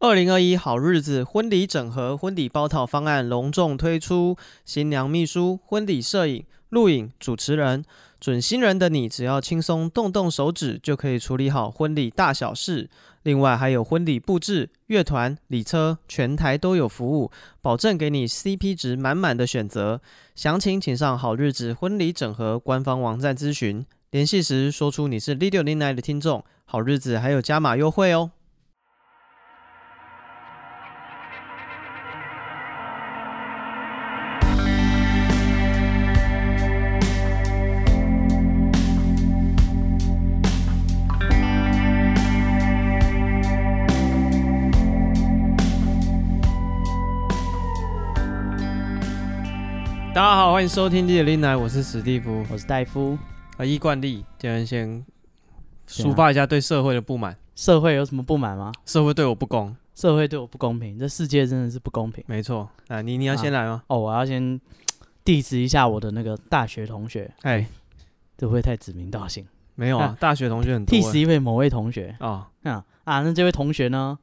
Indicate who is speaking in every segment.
Speaker 1: 二零二一好日子婚礼整合婚礼包套方案隆重推出，新娘秘书、婚礼摄影、录影、主持人，准新人的你只要轻松动动手指就可以处理好婚礼大小事。另外还有婚礼布置、乐团、礼车，全台都有服务，保证给你 CP 值满满的选择。详情请上好日子婚礼整合官方网站咨询，联系时说出你是 l i d i o 零 i 的听众，好日子还有加码优惠哦。大家好，欢迎收听《丽的丽奶》，我是史蒂夫。
Speaker 2: 我是戴夫。
Speaker 1: 啊，依惯例，今天先
Speaker 2: 怎样
Speaker 1: 抒发一下对社会的不满，
Speaker 2: 社会有什么不满吗？
Speaker 1: 社会对我不公，
Speaker 2: 社会对我不公平，这世界真的是不公平。
Speaker 1: 没错。啊，你你要
Speaker 2: 啊
Speaker 1: 先来吗？
Speaker 2: 哦，我要先 diss 一下我的那个大学同学，
Speaker 1: 哎、
Speaker 2: 这会不会太指名道姓
Speaker 1: 没有啊
Speaker 2: 啊，
Speaker 1: 大学同学很多欸。
Speaker 2: ？diss 一位某位同学
Speaker 1: 啊，
Speaker 2: 啊啊，那这位同学呢，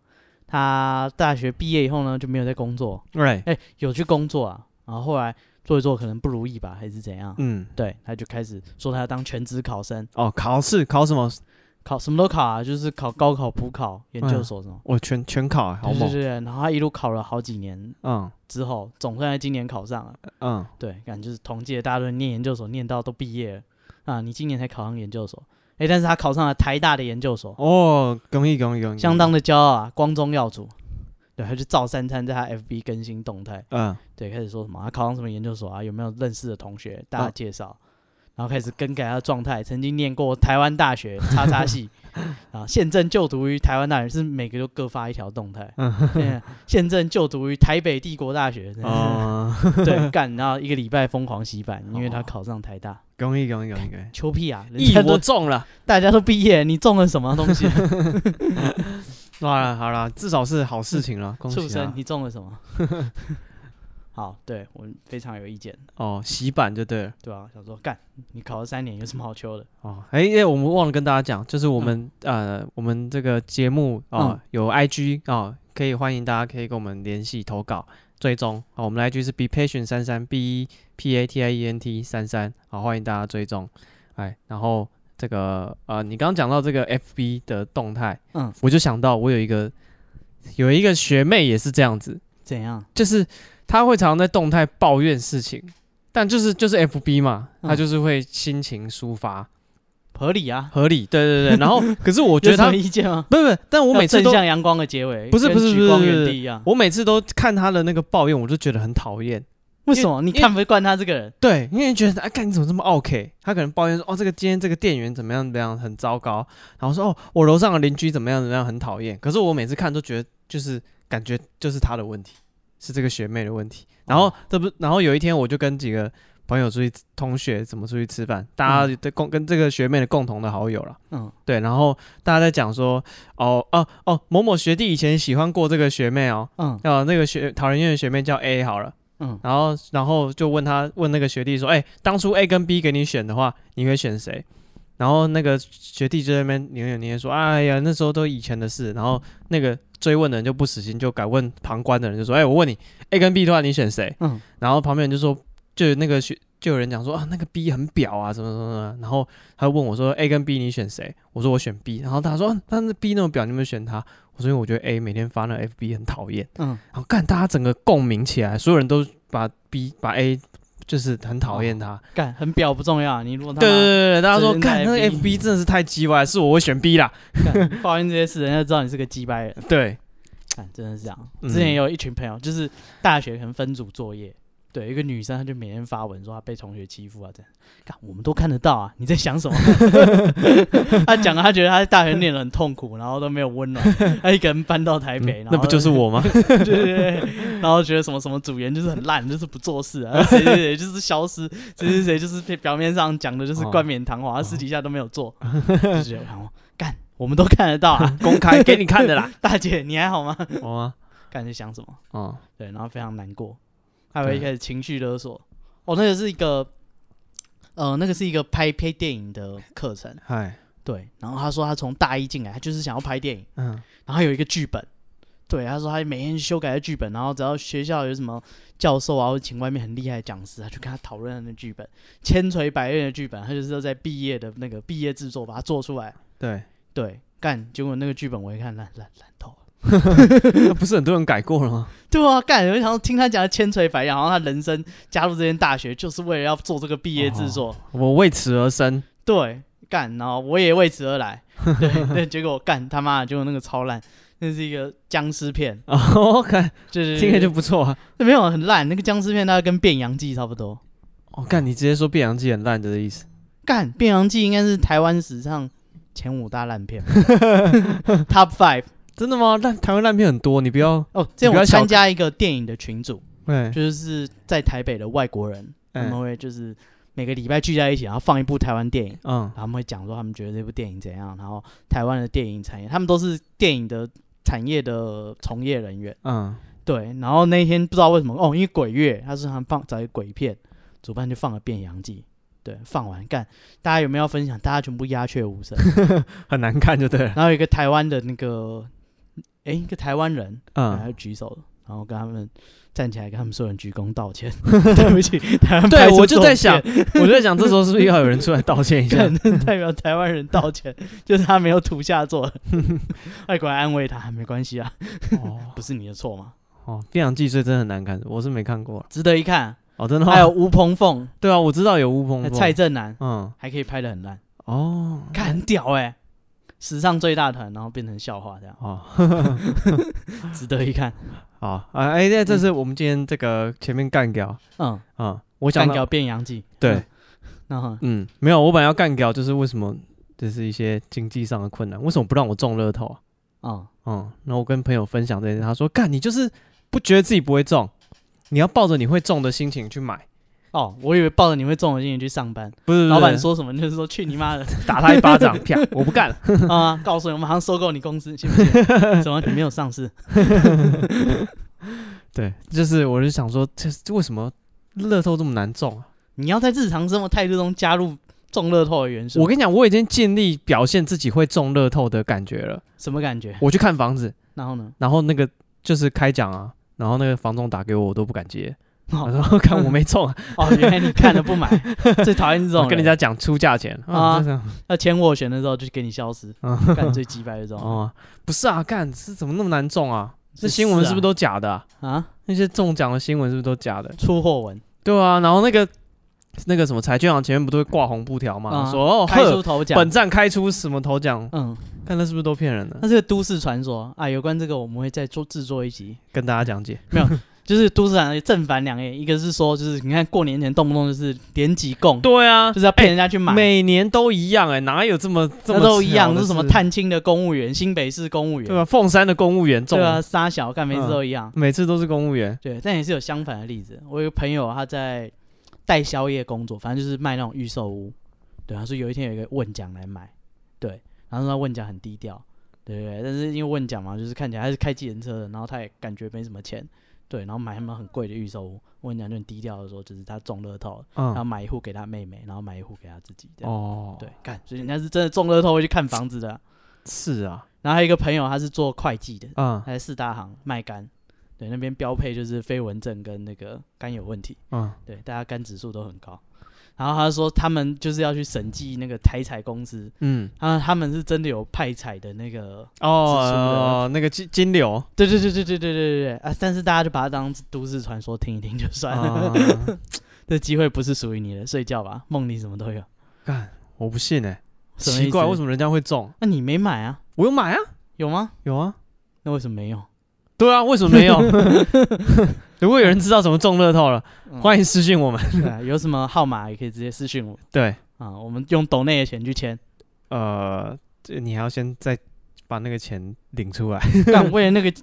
Speaker 2: 他大学毕业以后呢就没有在工作，
Speaker 1: right，
Speaker 2: 哎、有去工作啊，然后后来做一做可能不如意吧，还是怎样？
Speaker 1: 嗯，
Speaker 2: 对，他就开始说他要当全职考生，
Speaker 1: 哦，考试考什么？
Speaker 2: 考什么都考啊，就是考高考、普考、研究所什么。
Speaker 1: 我全全考、嗯啊，好
Speaker 2: 对对
Speaker 1: 猛。
Speaker 2: 对，然后他一路考了好几年
Speaker 1: 嗯
Speaker 2: 之后，总算在今年考上了。
Speaker 1: 嗯，
Speaker 2: 对，感觉就是同届大家都念研究所，念到都毕业了啊，你今年才考上研究所，诶，但是他考上了台大的研究所，
Speaker 1: 哦，恭喜恭喜恭喜，
Speaker 2: 相当的骄傲啊，光宗耀祖。对，他就照三餐在他 FB 更新动态，
Speaker 1: 嗯
Speaker 2: 对，开始说什么他考上什么研究所啊，有没有认识的同学，
Speaker 1: 嗯
Speaker 2: 大家介绍，然后开始更改他的状态，曾经念过台湾大学叉叉系，啊，现正就读于台湾大学，是每个都各发一条动态，嗯，现正就读于台北帝国大学，
Speaker 1: 哦，
Speaker 2: 对，干，然后一个礼拜疯狂洗版，因为他
Speaker 1: 哦
Speaker 2: 考上台大，
Speaker 1: 恭喜恭喜恭喜恭喜。
Speaker 2: 求屁啊！人
Speaker 1: 意我
Speaker 2: 家
Speaker 1: 啊
Speaker 2: 都
Speaker 1: 中了，
Speaker 2: 大家都毕业，你中了 什么东西？
Speaker 1: 好了好了，至少是好事情了，恭
Speaker 2: 畜
Speaker 1: 喜
Speaker 2: 生
Speaker 1: 啊，！
Speaker 2: 你中了什么？ 好，对我非常有意见，
Speaker 1: 哦，洗版就对了。
Speaker 2: 对吧、想说干，你考了三年有什么好求的？
Speaker 1: 哦，哎、因为我们忘了跟大家讲，就是我们、呃，我们这个节目啊、
Speaker 2: 嗯
Speaker 1: 有 IG 啊、可以欢迎大家可以跟我们联系投稿追踪啊、我们的 IG 是 be patient 三三 b e p a t i e n t 三三，好，欢迎大家追踪。哎，然后这个呃，你刚刚讲到这个 FB 的动态，
Speaker 2: 嗯，
Speaker 1: 我就想到我有一个有一个学妹也是这样子，
Speaker 2: 怎样？
Speaker 1: 就是她会常常在动态抱怨事情，但就是就是 FB 嘛，她
Speaker 2: 嗯
Speaker 1: 就是会心情抒发。
Speaker 2: 合理啊？
Speaker 1: 合理，对对对。然 后，可是我觉
Speaker 2: 有
Speaker 1: 得
Speaker 2: 什
Speaker 1: 他
Speaker 2: 么意见吗？
Speaker 1: 不是不是，但我
Speaker 2: 要
Speaker 1: 每次
Speaker 2: 正
Speaker 1: 都
Speaker 2: 向阳光的结尾，
Speaker 1: 不是
Speaker 2: 跟
Speaker 1: 不是不
Speaker 2: 举
Speaker 1: 是
Speaker 2: 光
Speaker 1: 不是
Speaker 2: 原
Speaker 1: 不
Speaker 2: 地一样。
Speaker 1: 我每次都看他的那个抱怨，我就觉得很讨厌。
Speaker 2: 为什么你看不惯他这个人？
Speaker 1: 对，因为觉得啊，干你怎么这么 OK？他可能抱怨说，哦，这个今天这个店员怎么样怎么样很糟糕，然后说，哦，我楼上的邻居怎么样怎么样很讨厌。可是我每次看都觉得，就是感觉就是他的问题，是这个学妹的问题。然后这不，然后有一天我就跟几个朋友出去，同学怎么出去吃饭，大家的共跟这个学妹的共同的好友了。
Speaker 2: 嗯，
Speaker 1: 对，然后大家在讲说，哦哦哦，某某学弟以前喜欢过这个学妹哦，
Speaker 2: 嗯
Speaker 1: 哦，那个学讨人厌的学妹叫 A 好了，
Speaker 2: 嗯，
Speaker 1: 然后然后就问他问那个学弟说，哎，当初 A 跟 B 给你选的话，你会选谁？然后那个学弟就在那边扭扭捏捏说，哎呀，那时候都以前的事。然后那个追问的人就不死心，就改问旁观的人，就说，哎，我问你，A 跟 B 的话，你选谁？
Speaker 2: 嗯，
Speaker 1: 然后旁边人就说，就有那个学就有人讲说啊，那个 B 很婊啊，什么什么什么。然后他就问我说，A 跟 B 你选谁？我说我选 B。然后他说，啊那、那 B 那么婊，你有没有选他？我说因为我觉得 A 每天发那 FB 很讨厌。
Speaker 2: 嗯，
Speaker 1: 然后哦干，大家整个共鸣起来，所有人都把 B 把 A 就是很讨厌他。
Speaker 2: 干很表不重要，你如果他
Speaker 1: 对对对对，大家说
Speaker 2: 只是
Speaker 1: 干，
Speaker 2: 在
Speaker 1: 那个
Speaker 2: FB
Speaker 1: FB 真的是太鸡歪，是我会选 B 啦。
Speaker 2: 干抱怨这些事，人家知道你是个鸡掰人。
Speaker 1: 对，
Speaker 2: 看，哎真的是这样。
Speaker 1: 嗯
Speaker 2: 之前也有一群朋友，就是大学可能分组作业，对，有一个女生她就每天发文说她被同学欺负啊，这样，看我们都看得到啊，你在想什么？ 她讲她觉得她在大学念得很痛苦，然后都没有温暖，她一个人搬到台北，
Speaker 1: 嗯
Speaker 2: 然后
Speaker 1: 那不就是？我吗？
Speaker 2: 对对对，然后觉得什么什么组员就是很烂，就是不做事啊，谁谁谁就是消失，谁谁谁就是被表面上讲的就是
Speaker 1: 哦
Speaker 2: 冠冕堂皇，她私底下都没有 做，就觉得然后干，我们都看得到啊，
Speaker 1: 公开给你看的啦。
Speaker 2: 大姐你还好吗？
Speaker 1: 我吗？
Speaker 2: 干在想什么？
Speaker 1: 哦，
Speaker 2: 对，然后非常难过，还会
Speaker 1: 对
Speaker 2: 开始情绪勒索。哦，那个是一个，呃，那个是一个拍拍电影的课程，
Speaker 1: 嗨，
Speaker 2: 对。然后他说他从大一进来，他就是想要拍电影，
Speaker 1: 嗯
Speaker 2: 然后他有一个剧本，对，他说他每天修改的剧本，然后只要学校有什么教授啊，或者请外面很厉害的讲师，他去跟他讨论他的剧本，千锤百炼的剧本，他就是要在毕业的那个毕业制作把它做出来。
Speaker 1: 对，
Speaker 2: 对，干，结果那个剧本我一看烂烂烂透了。
Speaker 1: 那不是很多人改过了吗？
Speaker 2: 对啊，干！我就想说听他讲的千锤百炼，然后他人生加入这间大学就是为了要做这个毕业制作。
Speaker 1: 我为此而生，
Speaker 2: 对，干，然后我也为此而来。对，对，结果干他妈的，结果那个超烂，那是一个僵尸片，
Speaker 1: 哦， 看
Speaker 2: 就是
Speaker 1: 听起来就不错啊。
Speaker 2: 没有很烂，那个僵尸片大概跟《变羊记》差不多。
Speaker 1: 哦，干，你直接说《变阳记》很烂的意思，
Speaker 2: 干，《变羊记》应该是台湾史上前五大烂片 ，Top Five。
Speaker 1: 真的吗？烂台湾烂片很多，你不要，
Speaker 2: 哦，这
Speaker 1: 你不
Speaker 2: 我
Speaker 1: 要小
Speaker 2: 参加一个电影的群组，
Speaker 1: 哎，
Speaker 2: 就是在台北的外国人，他
Speaker 1: 哎
Speaker 2: 们会就是每个礼拜聚在一起，然后放一部台湾电影。
Speaker 1: 嗯，
Speaker 2: 然后他们会讲说他们觉得这部电影怎样，然后台湾的电影产业，他们都是电影的产业的从业人员，
Speaker 1: 嗯，
Speaker 2: 对。然后那一天不知道为什么，哦，因为鬼月，他是他们放找一个鬼片，主办就放了《变阳记》，对，放完干，大家有没有要分享？大家全部鸦雀 无声。
Speaker 1: 很难看就对了，
Speaker 2: 然后有一个台湾的那个，哎，一个台湾人，然 后
Speaker 1: 嗯，
Speaker 2: 就举手了。然后跟他们站起来，跟他们所有人鞠躬 道歉，对不起。台湾
Speaker 1: 对
Speaker 2: 派出
Speaker 1: 我就
Speaker 2: 所
Speaker 1: 在
Speaker 2: 见
Speaker 1: 想，我就在想，这时候是不是要有人出来道歉一下
Speaker 2: 可？能代表台湾人道 歉，就是他没有土下 座，外国人安慰他，没关系啊，
Speaker 1: 哦
Speaker 2: 不是你的错嘛，
Speaker 1: 哦，《变阳记》所以真的很难看，我是没看过了。
Speaker 2: 值得一看。
Speaker 1: 哦，真的吗
Speaker 2: 还有吴鹏凤、
Speaker 1: 对啊，我知道有乌篷
Speaker 2: 还有
Speaker 1: 风，
Speaker 2: 蔡正南，
Speaker 1: 嗯，
Speaker 2: 还可以拍的很烂，
Speaker 1: 哦，
Speaker 2: 看很屌哎、史上最大团，然后变成笑话 这样，
Speaker 1: 哦，
Speaker 2: 值得一看。
Speaker 1: 好啊，哎，那这是我们今天这个前面干掉
Speaker 2: 嗯，
Speaker 1: 啊，我想
Speaker 2: 干
Speaker 1: 到
Speaker 2: 掉变洋记。
Speaker 1: 对，
Speaker 2: 然后
Speaker 1: 嗯，没有，我本来要干掉，就是为什么，就是一些经济上的困难，为什么不让我中乐透啊？
Speaker 2: 嗯，
Speaker 1: 嗯，然后我跟朋友分享这件事，他说：“干，你就是不觉得自己不会中，你要抱着你会中的心情去买。
Speaker 2: 哦，我以为抱着你会中的心情去上班，
Speaker 1: 不是”
Speaker 2: 老板说什么你就是说去你妈 的
Speaker 1: 打他一巴掌，啪，我不干了。
Speaker 2: 啊！告诉你，我马上收购你公 司，信不信？什么？你没有上市？
Speaker 1: 对，就是我就想说，这这为什么乐透这么难中啊？
Speaker 2: 你要在日常生活态度中加入中乐透的元素，
Speaker 1: 我跟你讲，我已经尽力表现自己会中乐透的感觉了。
Speaker 2: 什么感觉？
Speaker 1: 我去看 房子，
Speaker 2: 然后呢？
Speaker 1: 然后那个就是开奖啊，然后那个房东打给我，我都不敢接。我
Speaker 2: 哦，
Speaker 1: 说：“ 看我没中啊，
Speaker 2: 哦原来你看了 不买，最讨 厌这种
Speaker 1: 我跟人
Speaker 2: 人
Speaker 1: 家讲出价钱
Speaker 2: 啊
Speaker 1: 啊。这样”
Speaker 2: 要签斡旋的时候就给你消失，
Speaker 1: 啊
Speaker 2: 干最鸡掰的这种
Speaker 1: 哦，不是啊，干是怎么那么难中啊？这新
Speaker 2: 是
Speaker 1: 闻
Speaker 2: 啊
Speaker 1: 是不是都假的啊？
Speaker 2: 啊
Speaker 1: 那些中奖的新闻是不是都假的？
Speaker 2: 出货文，
Speaker 1: 对啊，然后那个那个什么财券行前面不都会挂红布条嘛，
Speaker 2: 啊
Speaker 1: 说哦
Speaker 2: 开出
Speaker 1: 呵
Speaker 2: 头奖。
Speaker 1: 本站开出什么头奖，
Speaker 2: 嗯，
Speaker 1: 看那是不是都骗人的？
Speaker 2: 那这个都市传说啊，有关这个我们会再做制作一集，
Speaker 1: 跟大家讲 解，
Speaker 2: 就是都市传说正反两面，一个是说就是你看过年前动不动就是连几供，
Speaker 1: 对啊
Speaker 2: 就，是要骗人家去买，
Speaker 1: 每年都一样哎、哪有这么这么
Speaker 2: 那都一样，
Speaker 1: 巧的
Speaker 2: 是什么
Speaker 1: 事
Speaker 2: 探亲的公务员，新北市公务员，
Speaker 1: 对啊，凤山的公务员中
Speaker 2: 对啊，
Speaker 1: 了，
Speaker 2: 沙小干每次都一样，
Speaker 1: 每次都是公务员，
Speaker 2: 对，但也是有相反的例子。我有个朋友，他在代销业工作，反正就是卖那种预售屋。对，他说有一天有一个问奖来买，对，然后他问奖很低调，对对对，但是因为问奖嘛，就是看起来他是开计程车的，然后他也感觉没什么钱，对，然后买他们很贵的预售屋，问奖就很低调的说，就是他中乐透了，然后
Speaker 1: 嗯，
Speaker 2: 买一户给他妹妹，然后买一户给他自己，这样，
Speaker 1: 哦，
Speaker 2: 啊对，看，所以人家是真的中乐透会去看房子的啊、
Speaker 1: 是啊，
Speaker 2: 然后还有一个朋友，他是做会计的，
Speaker 1: 嗯
Speaker 2: 他在四大行卖肝，对，那边标配就是飞蚊症跟那个肝有问题，
Speaker 1: 嗯，
Speaker 2: 对，大家肝指数都很高。然后他说他们就是要去审计那个台彩公司，啊
Speaker 1: 嗯，
Speaker 2: 他他们是真的有派彩的那个，
Speaker 1: 哦
Speaker 2: 指出的
Speaker 1: 哦，那个金金 流，
Speaker 2: 对对对对对对对对对啊！但是大家就把它当都市传说听一听就算了，
Speaker 1: 啊
Speaker 2: 这机会不是属于你的，睡觉吧，梦里什么都有。
Speaker 1: 干，我不信哎、
Speaker 2: 什么意思
Speaker 1: 奇怪，为什么人家会中？
Speaker 2: 那、你没买啊？
Speaker 1: 我有买啊，
Speaker 2: 有吗？
Speaker 1: 有啊，
Speaker 2: 那为什么没有？
Speaker 1: 对啊，为什么没 有？如果有人知道怎么中乐透了，
Speaker 2: 嗯
Speaker 1: 欢迎私信 我们。
Speaker 2: 对啊有什么号码也可以直接私信我
Speaker 1: 对，
Speaker 2: 啊，我们用抖内的钱去签。
Speaker 1: 呃，这你还要先再把那个钱领出 来。
Speaker 2: 但为了那个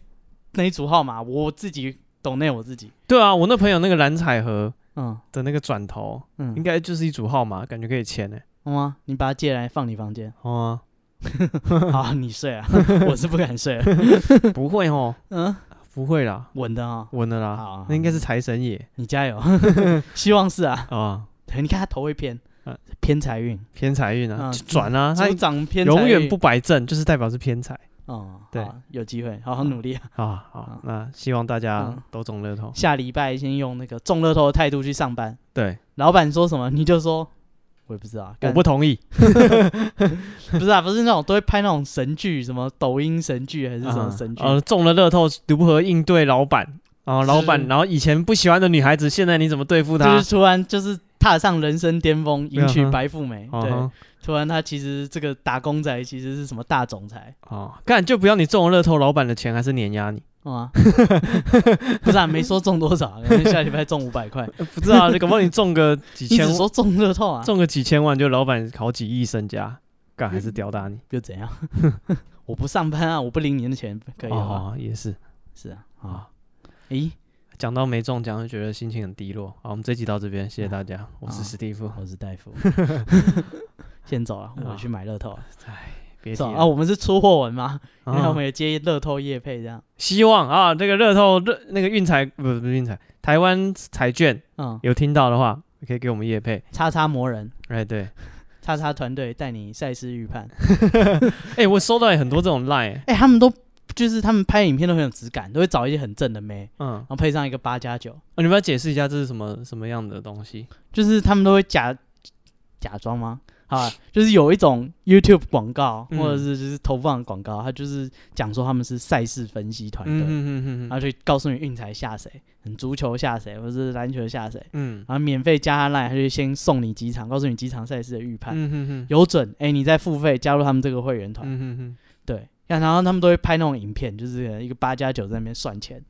Speaker 2: 那一组号码，我自己懂内我自己，
Speaker 1: 对啊，我那朋友那个蓝彩盒
Speaker 2: 嗯
Speaker 1: 的那个转头，
Speaker 2: 嗯
Speaker 1: 应，该就是一组号码，感觉可以签欸呢、，
Speaker 2: 好吗？你把它借来放你房间
Speaker 1: 好哦、
Speaker 2: 好，你睡 啊，我是不敢睡了，
Speaker 1: 不会哦，
Speaker 2: 啊嗯，
Speaker 1: 不会啦，
Speaker 2: 稳的啊、
Speaker 1: 稳的
Speaker 2: 哦，
Speaker 1: 啦。
Speaker 2: 好，
Speaker 1: 那应该是财神爷
Speaker 2: 你加 油，希望是啊，
Speaker 1: 啊，
Speaker 2: 对，你看他头会偏
Speaker 1: 嗯，
Speaker 2: 偏财运，
Speaker 1: 偏财运啊，
Speaker 2: 嗯
Speaker 1: 就转啊，他
Speaker 2: 组长偏财运
Speaker 1: 永远不摆正，就是代表是偏财。
Speaker 2: 哦，
Speaker 1: 对
Speaker 2: 好，有机会，好好努力啊！
Speaker 1: 啊，好，那希望大家
Speaker 2: 嗯
Speaker 1: 都中乐透。
Speaker 2: 下礼拜先用那个中乐透的态度去上班，
Speaker 1: 对，
Speaker 2: 老板说什么你就说，我也不知道啊，
Speaker 1: 我
Speaker 2: 干
Speaker 1: 不同意。
Speaker 2: 不是啊，不是那种都会拍那种神剧，什么抖音神剧还是什么神剧，
Speaker 1: 呃，中了乐透如何应对老板？啊，老
Speaker 2: 是
Speaker 1: 板，然后以前不喜欢的女孩子，现在你怎么对付
Speaker 2: 就
Speaker 1: 她
Speaker 2: 是？突然就是踏上人生巅峰，迎娶
Speaker 1: 嗯哼
Speaker 2: 白富美，
Speaker 1: 哦
Speaker 2: 对，突然他其实这个打工仔其实是什么大总裁，
Speaker 1: 哦，干就不要你中了乐透，老板的钱还是碾压你。
Speaker 2: 哦 啊，不是啊，没说中多少啊，可能下礼拜中五百块，
Speaker 1: 呃不知 道，搞不好你中个几
Speaker 2: 你
Speaker 1: 千
Speaker 2: 只，说中乐透啊，
Speaker 1: 中个几千万，就老板好几亿身家，干还是吊打你。
Speaker 2: 又怎样？ 我不上班啊，我不领你的钱，可以的话，
Speaker 1: 哦，也是
Speaker 2: 是啊，啊，
Speaker 1: 啊。
Speaker 2: 诶，
Speaker 1: 讲到没中奖，就觉得心情很低落。好，我们这集到这边，谢谢大家，我
Speaker 2: 啊
Speaker 1: 是史蒂夫。
Speaker 2: 我是大 夫，先走了，我去买乐透了，
Speaker 1: 别提
Speaker 2: 走
Speaker 1: 啊了
Speaker 2: 啊，我们是出货文吗？因为
Speaker 1: 啊
Speaker 2: 我们也接乐透业配这样，
Speaker 1: 希望啊，这个乐透乐那个运彩不是不是运彩，台湾彩券
Speaker 2: 嗯，
Speaker 1: 有听到的话，可以给我们叶配。
Speaker 2: 叉叉魔人，
Speaker 1: 哎，对，
Speaker 2: 叉叉团队带你赛事预判，
Speaker 1: 哎，我收到很多这种 line，哎
Speaker 2: 哎，他们都就是他们拍影片都很有质感，都会找一些很正的妹。
Speaker 1: 嗯，
Speaker 2: 然后配上一个八加九，
Speaker 1: 哦你们要解释一下这是什么什么样的东西？
Speaker 2: 就是他们都会假假装吗？啊，就是有一种 YouTube 广告，
Speaker 1: 嗯
Speaker 2: 或者是就是投放广告，他就是讲说他们是赛事分析团
Speaker 1: 嗯
Speaker 2: 队，
Speaker 1: 嗯嗯嗯
Speaker 2: 然后就告诉你运彩下谁，嗯足球下谁，或者是篮球下谁，
Speaker 1: 嗯
Speaker 2: 然后免费加他 line，他就先送你几场，告诉你几场赛事的预判，
Speaker 1: 嗯嗯嗯
Speaker 2: 有准，哎，你再付费加入他们这个会员团，
Speaker 1: 嗯嗯
Speaker 2: 对。然后他们都会拍那种影片，就是一个八加九在那边 算钱，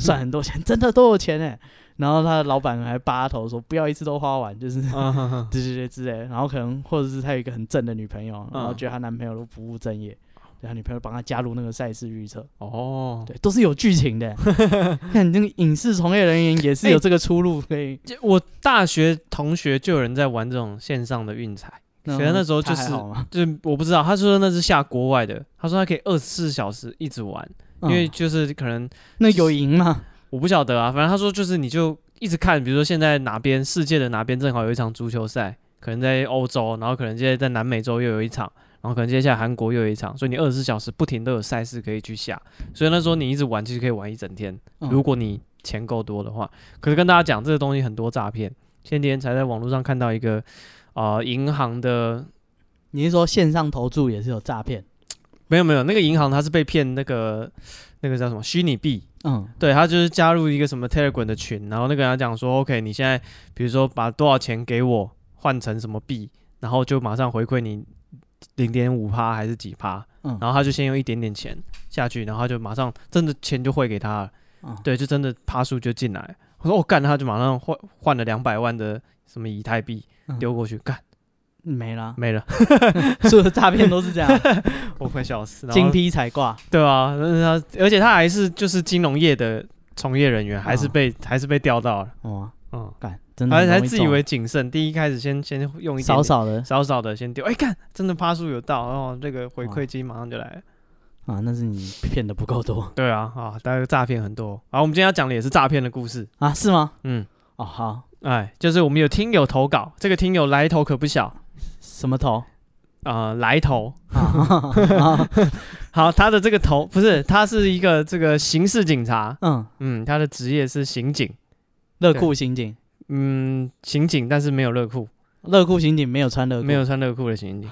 Speaker 2: 算很多钱，真的都有钱哎。然后他的老板还扒头说不要一次都花完，就是
Speaker 1: 嗯啊哈哈
Speaker 2: 对对对之类的，然后可能或者是她有一个很正的女朋友，然后
Speaker 1: 嗯
Speaker 2: 觉得她男朋友都不务正业，对她女朋友帮她加入那个赛事预测，
Speaker 1: 哦，
Speaker 2: 对，都是有剧情的。欸 看你那个影视从业人员也是有
Speaker 1: 哎
Speaker 2: 这个出路可以。
Speaker 1: 就我大学同学就有人在玩这种线上的运彩，
Speaker 2: 然
Speaker 1: 可能
Speaker 2: 后
Speaker 1: 那时候
Speaker 2: 她
Speaker 1: 就
Speaker 2: 还
Speaker 1: 是
Speaker 2: 好吗
Speaker 1: 就是我不知道，他说那是下国外的，他说他可以二十四小时一直玩，因为
Speaker 2: 嗯
Speaker 1: 就是可能
Speaker 2: 那有赢嘛，
Speaker 1: 我不晓得啊，反正他说就是你就一直看，比如说现在哪边世界的哪边正好有一场足球赛，可能在欧洲，然后可能现在在南美洲又有一场，然后可能接下来韩国又有一场，所以你二十四小时不停都有赛事可以去下，所以那时候你一直玩其实可以玩一整天，
Speaker 2: 嗯
Speaker 1: 如果你钱够多的话。可是跟大家讲，这个东西很多诈骗，前几天才在网络上看到一个呃银行的。
Speaker 2: 你是说线上投注也是有诈骗？
Speaker 1: 没有没有，那个银行它是被骗那个那个叫什么虚拟币，
Speaker 2: 嗯
Speaker 1: 对他就是加入一个什么 Telegram 的群，然后那个人他讲说，OK，你现在比如说把多少钱给我换成什么币，然后就马上回馈你零点五趴还是几趴，
Speaker 2: 嗯
Speaker 1: 然后他就先用一点点钱下去，然后他就马上真的钱就汇给他了，
Speaker 2: 嗯，
Speaker 1: 对，就真的趴数就进来。我说我哦干，他就马上换换了两百万的什么以太币
Speaker 2: 嗯
Speaker 1: 丢过去，干
Speaker 2: 没啦，
Speaker 1: 没 了，
Speaker 2: 所有的诈骗都是这 样，
Speaker 1: 我快笑死。然后
Speaker 2: 金批彩挂，
Speaker 1: 对啊，但是他而且他还是就是金融业的从业人员，还是
Speaker 2: 啊
Speaker 1: 被还是被钓到了，
Speaker 2: 哦，
Speaker 1: 嗯。
Speaker 2: 干，真的
Speaker 1: 还
Speaker 2: 很容易
Speaker 1: 还
Speaker 2: 中，
Speaker 1: 自以为谨慎，第一开始先先用一点
Speaker 2: 少
Speaker 1: 点
Speaker 2: 少的
Speaker 1: 少少的先丢，哎、看真的趴数有到，然后这个回
Speaker 2: 哇
Speaker 1: 馈金马上就来了。
Speaker 2: 啊，那是你骗的不够多
Speaker 1: 对啊，啊，大家诈骗很多。啊，我们今天要讲的也是诈骗的故事。
Speaker 2: 啊，是吗？
Speaker 1: 嗯，
Speaker 2: 哦，好，
Speaker 1: 哎，就是我们有听友投稿，这个听友来头可不小
Speaker 2: 什么 头？
Speaker 1: 啊、呃来头。
Speaker 2: 啊，
Speaker 1: 好，他的这个头不是，他是一个这个刑事警察，
Speaker 2: 嗯，
Speaker 1: 嗯，他的职业是刑警，
Speaker 2: 乐酷刑警，
Speaker 1: 嗯，刑警，但是没有热裤，
Speaker 2: 乐酷刑警没有穿乐酷，
Speaker 1: 没有，穿热裤的刑警。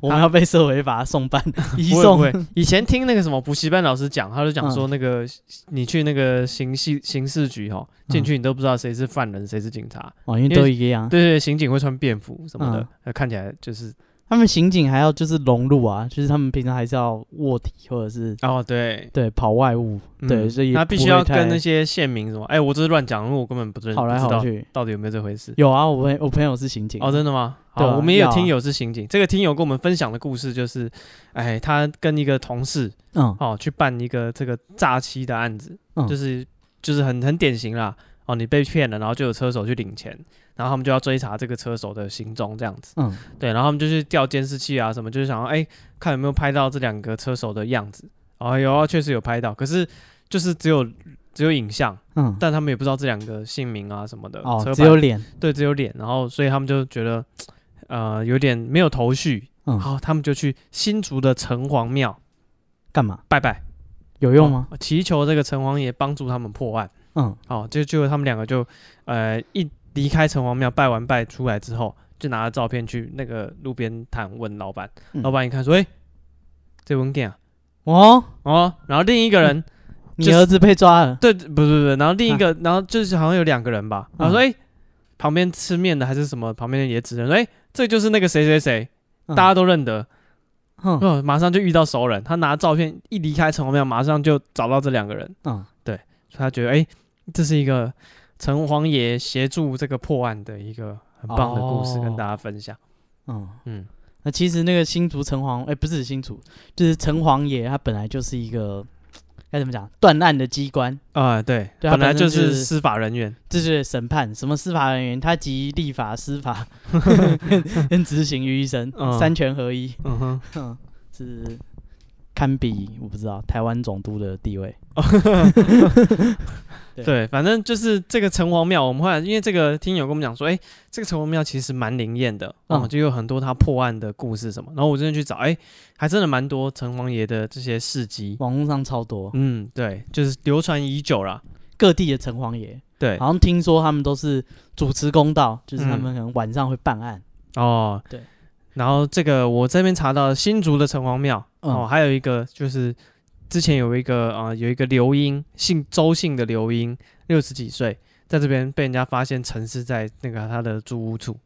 Speaker 2: 我们要被社会法送办移
Speaker 1: 不会
Speaker 2: 送
Speaker 1: 不。会以前听那个什么补习班老师讲，他就讲说
Speaker 2: 嗯
Speaker 1: 那个、你去那个刑事刑事局哦，进去你都不知道谁是犯人，谁是警察。
Speaker 2: 哦，因为
Speaker 1: 因为
Speaker 2: 都一个样，
Speaker 1: 对对对，刑警会穿便服什么的
Speaker 2: 嗯，
Speaker 1: 呃看起来就是
Speaker 2: 他们刑警还要就是融入啊，就是他们平常还是要卧底或者是
Speaker 1: 哦对
Speaker 2: 对跑外务，对，所以
Speaker 1: 他必须
Speaker 2: 不会
Speaker 1: 要
Speaker 2: 太
Speaker 1: 跟嗯那些县民什么，哎，我这是乱讲，因为我根本不知
Speaker 2: 跑来
Speaker 1: 嗯不知
Speaker 2: 跑
Speaker 1: 道
Speaker 2: 去。
Speaker 1: 到底有没有这回事。
Speaker 2: 有啊，我朋我朋友是刑警，
Speaker 1: 哦，真的吗？
Speaker 2: 对
Speaker 1: 好，
Speaker 2: 啊
Speaker 1: 我们也
Speaker 2: 要
Speaker 1: 有
Speaker 2: 啊
Speaker 1: 听友是刑警，这个听友跟我们分享的故事就是，哎，他跟一个同事
Speaker 2: 嗯
Speaker 1: 哦，去办一个这个诈欺的案子，
Speaker 2: 嗯
Speaker 1: 就是就是很很典型啦。哦，你被骗了，然后就有车手去领钱，然后他们就要追查这个车手的行踪，这样子。
Speaker 2: 嗯
Speaker 1: 对，然后他们就去调监视器啊什么，就是想要哎看有没有拍到这两个车手的样子。哦，有啊，确实有拍到，可是就是只有只有影像，
Speaker 2: 嗯，
Speaker 1: 但他们也不知道这两个姓名啊什么的。车
Speaker 2: 哦，
Speaker 1: 牌
Speaker 2: 只有脸，
Speaker 1: 对只有脸，然后所以他们就觉得呃有点没有头绪。
Speaker 2: 嗯
Speaker 1: 好，他们就去新竹的城隍庙
Speaker 2: 干嘛？
Speaker 1: 拜拜
Speaker 2: 有用吗？
Speaker 1: 哦祈求这个城隍爷帮助他们破案。
Speaker 2: 嗯，
Speaker 1: 哦，就就他们两个就呃一离开城隍庙拜完拜出来之后，就拿着照片去那个路边摊问老板，
Speaker 2: 嗯
Speaker 1: 老板一看说：“哎、这文件啊，
Speaker 2: 哦，
Speaker 1: 哦。”然后另一个人，
Speaker 2: 你
Speaker 1: 就是
Speaker 2: 儿子被抓了，
Speaker 1: 对，不是不是不是，然后
Speaker 2: 嗯
Speaker 1: 另一个，然后就是好像有两个人吧，然后说：“哎、旁边吃面的还是什么，旁边的也指认说：‘哎、这就是那个谁谁谁，
Speaker 2: 嗯
Speaker 1: 大家都认得。
Speaker 2: 嗯
Speaker 1: 哦，马上就遇到熟人，他拿照片一离开城隍庙，马上就找到这两个人，
Speaker 2: 嗯，
Speaker 1: 所以他觉得哎、诶这是一个城隍爷协助这个破案的一个很棒的故事，
Speaker 2: 哦
Speaker 1: 跟大家分享。
Speaker 2: 嗯嗯
Speaker 1: 嗯，
Speaker 2: 那其实那个新竹城隍，哎、不是新竹，就是城隍爷，他本来就是一个该怎么讲断案的机关，
Speaker 1: 啊、对，
Speaker 2: 对他
Speaker 1: 本来就
Speaker 2: 本身就是是
Speaker 1: 司法人员，
Speaker 2: 这就是审判，什么司法人员，他集立法、司法 跟执行于一身，
Speaker 1: 嗯
Speaker 2: 三权合一，
Speaker 1: 嗯哼，
Speaker 2: 哼 是堪比我不知道台湾总督的地位。对
Speaker 1: 对，反正就是这个城隍庙，我们后来因为这个听友跟我们讲说，哎、这个城隍庙其实蛮灵验的，哦、
Speaker 2: 嗯
Speaker 1: 就有很多他破案的故事什么，然后我真的去找，哎、还真的蛮多城隍爷的这些事迹，
Speaker 2: 网络上超多，
Speaker 1: 嗯，对，就是流传已久啦，
Speaker 2: 各地的城隍爷，
Speaker 1: 对，
Speaker 2: 好像听说他们都是主持公道，就是他
Speaker 1: 嗯
Speaker 2: 们可能晚上会办案。
Speaker 1: 哦，
Speaker 2: 对。
Speaker 1: 然后这个我这边查到新竹的城隍庙、
Speaker 2: 嗯
Speaker 1: 哦，还有一个就是之前有一个啊、呃有一个刘英，姓周姓的刘英，六十几岁，在这边被人家发现沉尸在那个他的租屋处。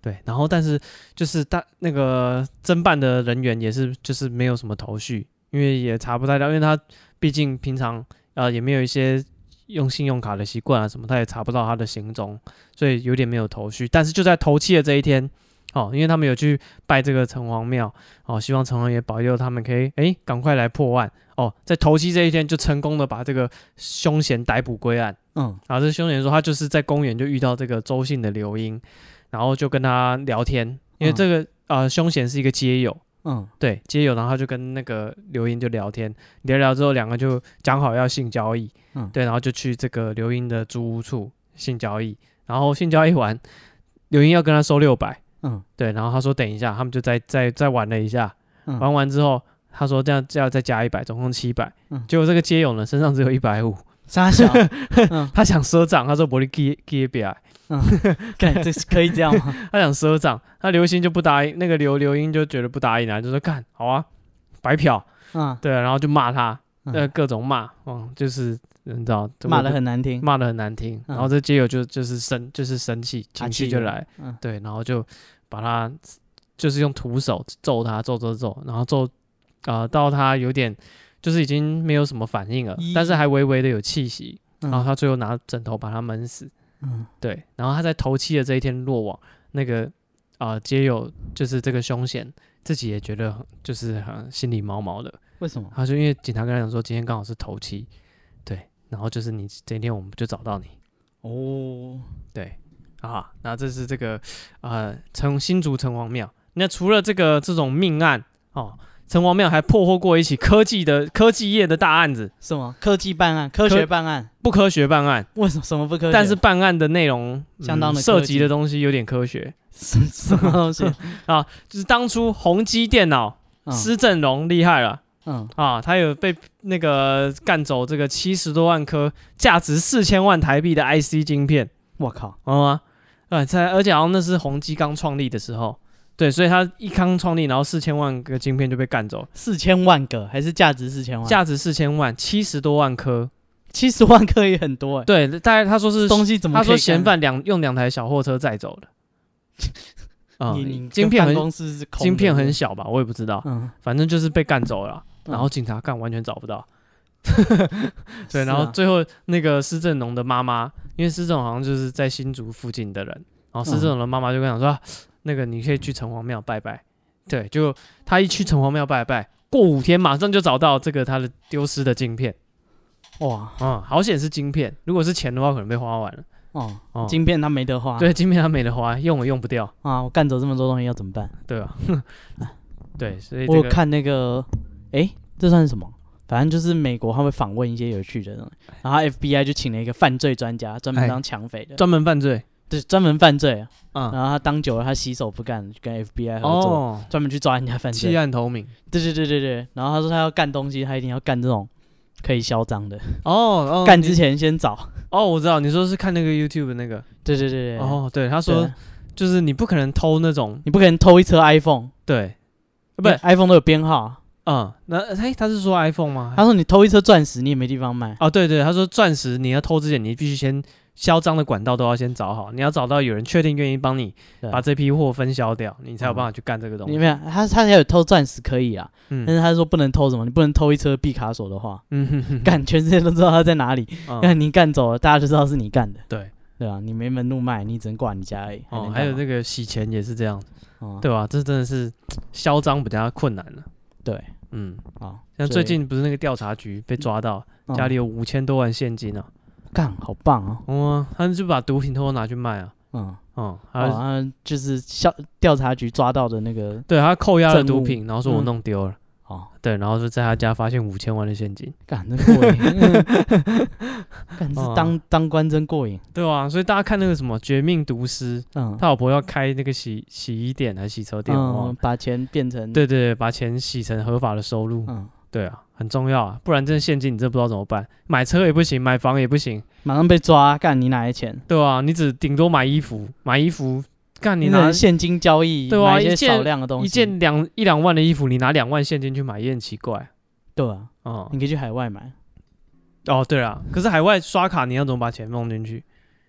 Speaker 1: 对，然后但是就是大那个侦办的人员也是就是没有什么头绪，因为也查不太到，因为他毕竟平常呃也没有一些用信用卡的习惯啊什么，他也查不到他的行踪，所以有点没有头绪。但是就在头七的这一天，哦，因为他们有去拜这个城隍庙，哦，希望城隍爷保佑他们可以，哎，赶快来破案。哦，在头七这一天就成功的把这个凶嫌逮捕归案。
Speaker 2: 嗯
Speaker 1: 然后这凶嫌说他就是在公园就遇到这个周姓的刘英，然后就跟他聊天，因为这个、呃凶嫌是一个街友，
Speaker 2: 嗯
Speaker 1: 对街友，然后他就跟那个刘英就聊天，聊聊之后两个就讲好要性交易，
Speaker 2: 嗯
Speaker 1: 对，然后就去这个刘英的租屋处性交易，然后性交易完，刘英要跟他收六百，
Speaker 2: 嗯
Speaker 1: 对，然后他说等一下，他们就再再再玩了一下，
Speaker 2: 嗯
Speaker 1: 玩完之后他说这样这样再加一百，总共七百、
Speaker 2: 嗯
Speaker 1: 结果这个街友呢身上只有一百五，
Speaker 2: 傻小，
Speaker 1: 他想赊账，他说不利给给别，
Speaker 2: 看这是可以这 样吗？
Speaker 1: 他想赊账，那刘星就不答应，那个刘刘英就觉得不答应啊，就说干好啊，白嫖，
Speaker 2: 啊，
Speaker 1: 对，然后就骂他，
Speaker 2: 嗯
Speaker 1: 呃，各种骂，哦，就是你知道，
Speaker 2: 骂的很难听，
Speaker 1: 骂的很难听，
Speaker 2: 嗯
Speaker 1: 然后这街友就就是生就是生气，
Speaker 2: 打
Speaker 1: 情绪就来，，
Speaker 2: 嗯
Speaker 1: 对，然后就把他就是用徒手揍他，揍揍揍，然后揍呃到他有点就是已经没有什么反应了
Speaker 2: 咦，
Speaker 1: 但是还微微的有气息，然后
Speaker 2: 嗯
Speaker 1: 他最后拿枕头把他闷死，
Speaker 2: 嗯
Speaker 1: 对，然后他在头七的这一天落网，那个啊街友就是这个凶险，自己也觉得很就是很心里毛毛的，
Speaker 2: 为什么？
Speaker 1: 他说因为警察跟他讲说今天刚好是头七，对，然后就是你今天我们就找到你。
Speaker 2: 哦，
Speaker 1: 对啊，那这是这个呃城新竹城隍庙。那除了这个这种命案哦，城隍庙还破获过一起科技的科技业的大案子，
Speaker 2: 什么科技办案，科学办案，
Speaker 1: 不科学办案，
Speaker 2: 为什么什么不科学？
Speaker 1: 但是办案的内容、嗯
Speaker 2: 相当的
Speaker 1: 涉
Speaker 2: 科技
Speaker 1: 及的东西有点科学，
Speaker 2: 什什么东西？
Speaker 1: 就是当初宏基电脑
Speaker 2: 嗯
Speaker 1: 施正荣厉害了。
Speaker 2: 嗯
Speaker 1: 啊，他有被那个干走这个七十多万颗价值四千万台币的 IC 晶片，
Speaker 2: 我靠，
Speaker 1: 哦啊，呃，在而且好像那是宏基刚创立的时候，对，所以他一刚创立，然后四千万个晶片就被干走，
Speaker 2: 四千万个还是价值四千万？
Speaker 1: 价值四千万，七十多万颗，
Speaker 2: 七十万颗也很多哎、
Speaker 1: 对，大概他说是
Speaker 2: 东西怎么
Speaker 1: 他
Speaker 2: 可以
Speaker 1: 说
Speaker 2: 干
Speaker 1: 嫌犯两用两台小货车载 走的，啊、
Speaker 2: 你你
Speaker 1: 晶片
Speaker 2: 办
Speaker 1: 很
Speaker 2: 公室是空的
Speaker 1: 晶片很小吧，我也不知道，
Speaker 2: 嗯，
Speaker 1: 反正就是被干走了啊，
Speaker 2: 嗯
Speaker 1: 然后警察干完全找不到，
Speaker 2: 是
Speaker 1: 对，然后
Speaker 2: 啊
Speaker 1: 最后那个施正荣的妈妈，因为施正荣好像就是在新竹附近的人，
Speaker 2: 嗯
Speaker 1: 然后施正荣的妈妈就跟他说、啊那个你可以去城隍庙拜拜。对，就他一去城隍庙拜拜，过五天马上就找到这个他的丢失的晶片。
Speaker 2: 哇
Speaker 1: 嗯，好险是晶片，如果是钱的话，可能被花完了。
Speaker 2: 哦，
Speaker 1: 哦，
Speaker 2: 晶片它没得花，
Speaker 1: 对，晶片他没得花，用也用不掉，
Speaker 2: 啊，我干走这么多东西要怎么办？
Speaker 1: 对吧？ 对，所以
Speaker 2: 我
Speaker 1: 这
Speaker 2: 有
Speaker 1: 个
Speaker 2: 看那个，诶，这算是什么？反正就是美国他会访问一些有趣的人，然后 FBI 就请了一个犯罪专家，专门
Speaker 1: 哎
Speaker 2: 当抢匪的，
Speaker 1: 专门犯罪，
Speaker 2: 对，专门犯罪啊。
Speaker 1: 啊，
Speaker 2: 然后他当久了，他洗手不干，就跟 FBI 合作，
Speaker 1: 哦，啊
Speaker 2: 专门去抓人家犯罪
Speaker 1: 弃。暗投明。
Speaker 2: 对对对对对。然后他说他要干东西，他一定要干这种可以嚣张的。
Speaker 1: 哦哦，
Speaker 2: 干
Speaker 1: 你
Speaker 2: 之前先找。
Speaker 1: 哦，我知道，你说是看那个 YouTube 的那个。
Speaker 2: 对对对对。
Speaker 1: 哦，对，他
Speaker 2: 对啊，
Speaker 1: 说就是你不可能偷那种，
Speaker 2: 你不可能偷一车 iPhone，
Speaker 1: 对，
Speaker 2: 不
Speaker 1: 呃不是
Speaker 2: ，iPhone 都有编号啊。
Speaker 1: 嗯，那哎，他是说 iPhone 吗？
Speaker 2: 他说你偷一车钻石，你也没地方卖。
Speaker 1: 哦，对对，他说钻石你要偷之前，你必须先嚣张的管道都要先找好，你要找到有人确定愿意帮你
Speaker 2: 对
Speaker 1: 把这批货分销掉，你才有办法去干这个东
Speaker 2: 你
Speaker 1: 西。
Speaker 2: 没有，他他还有偷钻石可以啊，但
Speaker 1: 嗯
Speaker 2: 是他说不能偷什么，你不能偷一车毕卡索的话，
Speaker 1: 嗯哼哼
Speaker 2: 干全世界都知道他在哪里，
Speaker 1: 哼
Speaker 2: 那
Speaker 1: 嗯
Speaker 2: 你干走了，大家就知道是你干的，
Speaker 1: 对，
Speaker 2: 对啊，你没门路卖，你只能挂你家而已。
Speaker 1: 哦，
Speaker 2: 能
Speaker 1: 还有
Speaker 2: 干嘛
Speaker 1: 那个洗钱也是这样，
Speaker 2: 哦
Speaker 1: 对吧？这真的是嚣张比较困难了。
Speaker 2: 对
Speaker 1: 嗯，
Speaker 2: 啊，
Speaker 1: 像
Speaker 2: 所
Speaker 1: 最
Speaker 2: 以
Speaker 1: 近不是那个调查局被抓到，
Speaker 2: 嗯
Speaker 1: 家里有五千多万现金啊，
Speaker 2: 干好棒啊，
Speaker 1: 哦，他们就把毒品偷偷拿去卖啊，
Speaker 2: 嗯，
Speaker 1: 哦，还有
Speaker 2: 啊就是消调查局抓到的那个
Speaker 1: 对他扣押了
Speaker 2: 证
Speaker 1: 毒
Speaker 2: 物
Speaker 1: 品，然后说我
Speaker 2: 嗯
Speaker 1: 弄丢了，
Speaker 2: 哦，
Speaker 1: 对，然后就在他家发现五千万的现金，
Speaker 2: 干真过瘾， 干
Speaker 1: 哦
Speaker 2: 这当当官真过瘾，
Speaker 1: 对啊，所以大家看那个什么《绝命毒师》，
Speaker 2: 嗯
Speaker 1: 他老婆要开那个洗洗衣店还是洗车店，我忘
Speaker 2: 嗯
Speaker 1: 了，，
Speaker 2: 把钱变成
Speaker 1: 对对对，把钱洗成合法的收入，
Speaker 2: 嗯，
Speaker 1: 对啊，很重要啊，不然真的现金你真的不知道怎么办，买车也不行，买房也不行，
Speaker 2: 马上被抓，干你哪来钱？
Speaker 1: 对啊，你只顶多买衣服，买衣服，干
Speaker 2: 你
Speaker 1: 你
Speaker 2: 拿
Speaker 1: 拿
Speaker 2: 现金交易，
Speaker 1: 对啊
Speaker 2: 买一
Speaker 1: 一
Speaker 2: 些
Speaker 1: 件
Speaker 2: 少量的东西，
Speaker 1: 一件两一两万的衣服，你拿两万现金去买也很奇怪，
Speaker 2: 对啊，
Speaker 1: 哦、
Speaker 2: 你可以去海外买，
Speaker 1: 哦，对啊，可是海外刷卡你要怎么把钱弄进去？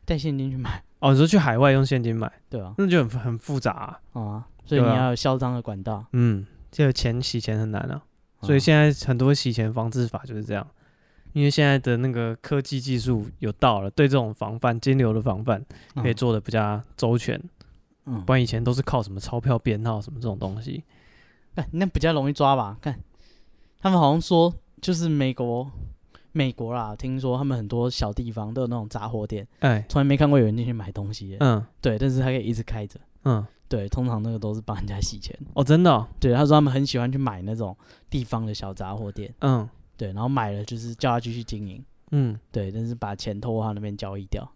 Speaker 2: 带现金去买，
Speaker 1: 哦，你说去海外用现金买，
Speaker 2: 对啊，
Speaker 1: 那就很很复杂、啊。
Speaker 2: 啊，所以你
Speaker 1: 对啊
Speaker 2: 要有嚣张的管道，
Speaker 1: 嗯，这个钱洗钱很难啊，所以
Speaker 2: 啊
Speaker 1: 现在很多洗钱防治法就是这样，因为现在的那个科技技术有到了，对这种防范金流的防范
Speaker 2: 啊
Speaker 1: 可以，做的比较周全，
Speaker 2: 嗯，
Speaker 1: 不然以前都是靠什么钞票编号什么这种东西。
Speaker 2: 干那比较容易抓吧？看他们好像说，就是美国，美国啦，听说他们很多小地方都有那种杂货店，
Speaker 1: 哎，
Speaker 2: 从来没看过有人进去买东西的，
Speaker 1: 嗯
Speaker 2: 对，但是他可以一直开着。
Speaker 1: 嗯，
Speaker 2: 对，通常那个都是帮人家洗钱。
Speaker 1: 哦，真的哦、
Speaker 2: 对，他说他们很喜欢去买那种地方的小杂货店，
Speaker 1: 嗯
Speaker 2: 对，然后买了就是叫他继续经营，
Speaker 1: 嗯，
Speaker 2: 对，但是把钱偷到他那边交易掉。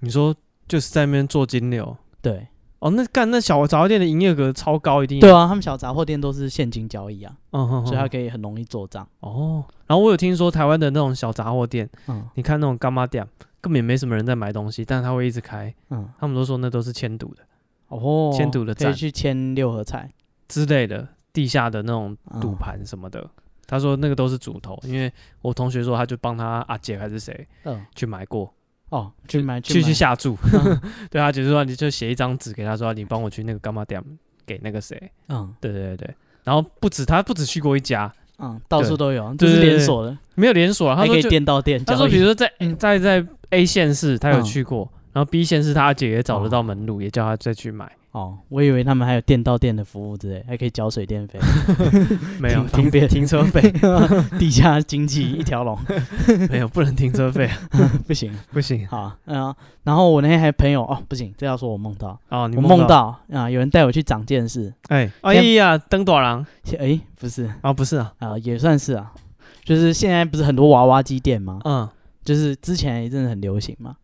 Speaker 1: 你说就是在那边做金流。
Speaker 2: 对
Speaker 1: 哦，那干那小杂货店的营业额超高，一定
Speaker 2: 对啊，他们小杂货店都是现金交易啊，
Speaker 1: 嗯哼哼，
Speaker 2: 所以他可以很容易做账。
Speaker 1: 哦，然后我有听说台湾的那种小杂货店，
Speaker 2: 嗯
Speaker 1: 你看那种干妈店，根本也没什么人在买东西，但是他会一直开，
Speaker 2: 嗯，
Speaker 1: 他们都说那都是迁赌的
Speaker 2: 哦，
Speaker 1: 迁赌的
Speaker 2: 可
Speaker 1: 站
Speaker 2: 以去签六合彩，
Speaker 1: 之类的，地下的那种赌
Speaker 2: 嗯
Speaker 1: 盘什么的。他说那个都是主头，因为我同学说他就帮他阿姐还是谁
Speaker 2: 嗯，
Speaker 1: 去买过，
Speaker 2: 哦，去买
Speaker 1: 去
Speaker 2: 买
Speaker 1: 去下 注。对他姐说你就写一张纸给他说你帮我去那个干妈店给那个谁，
Speaker 2: 嗯
Speaker 1: 对对对对。然后不止他不止去过一家，
Speaker 2: 嗯，到处
Speaker 1: 对
Speaker 2: 都有，这
Speaker 1: 对
Speaker 2: 是
Speaker 1: 对
Speaker 2: 连
Speaker 1: 对
Speaker 2: 锁的，
Speaker 1: 没有连锁啊，他
Speaker 2: 还可
Speaker 1: 说
Speaker 2: 以
Speaker 1: 就
Speaker 2: 店到店
Speaker 1: 他
Speaker 2: 交
Speaker 1: 说，比
Speaker 2: 易。
Speaker 1: 如说在嗯在在 A 县市，他有
Speaker 2: 嗯
Speaker 1: 去过，然后 B 县市他姐也找得
Speaker 2: 哦
Speaker 1: 到门路，也叫他再去买，
Speaker 2: 哦，我以为他们还有店到店的服务之类，还可以缴水电费、
Speaker 1: 没有
Speaker 2: 停停
Speaker 1: 停车费，
Speaker 2: 地下经济一条龙，
Speaker 1: 没有不能停车费，啊
Speaker 2: 不行。
Speaker 1: 不行
Speaker 2: 好啊，嗯啊，然后我那天还朋友哦，不行，这要说我梦到，
Speaker 1: 哦，你
Speaker 2: 我梦，到啊，有人带我去长见识，
Speaker 1: 哎哎
Speaker 2: 先
Speaker 1: 呀，登短廊
Speaker 2: 诶，不是
Speaker 1: 啊，不是啊，
Speaker 2: 啊，也算是啊，就是现在不是很多娃娃机店吗？
Speaker 1: 嗯
Speaker 2: 就是之前一阵子很流行嘛，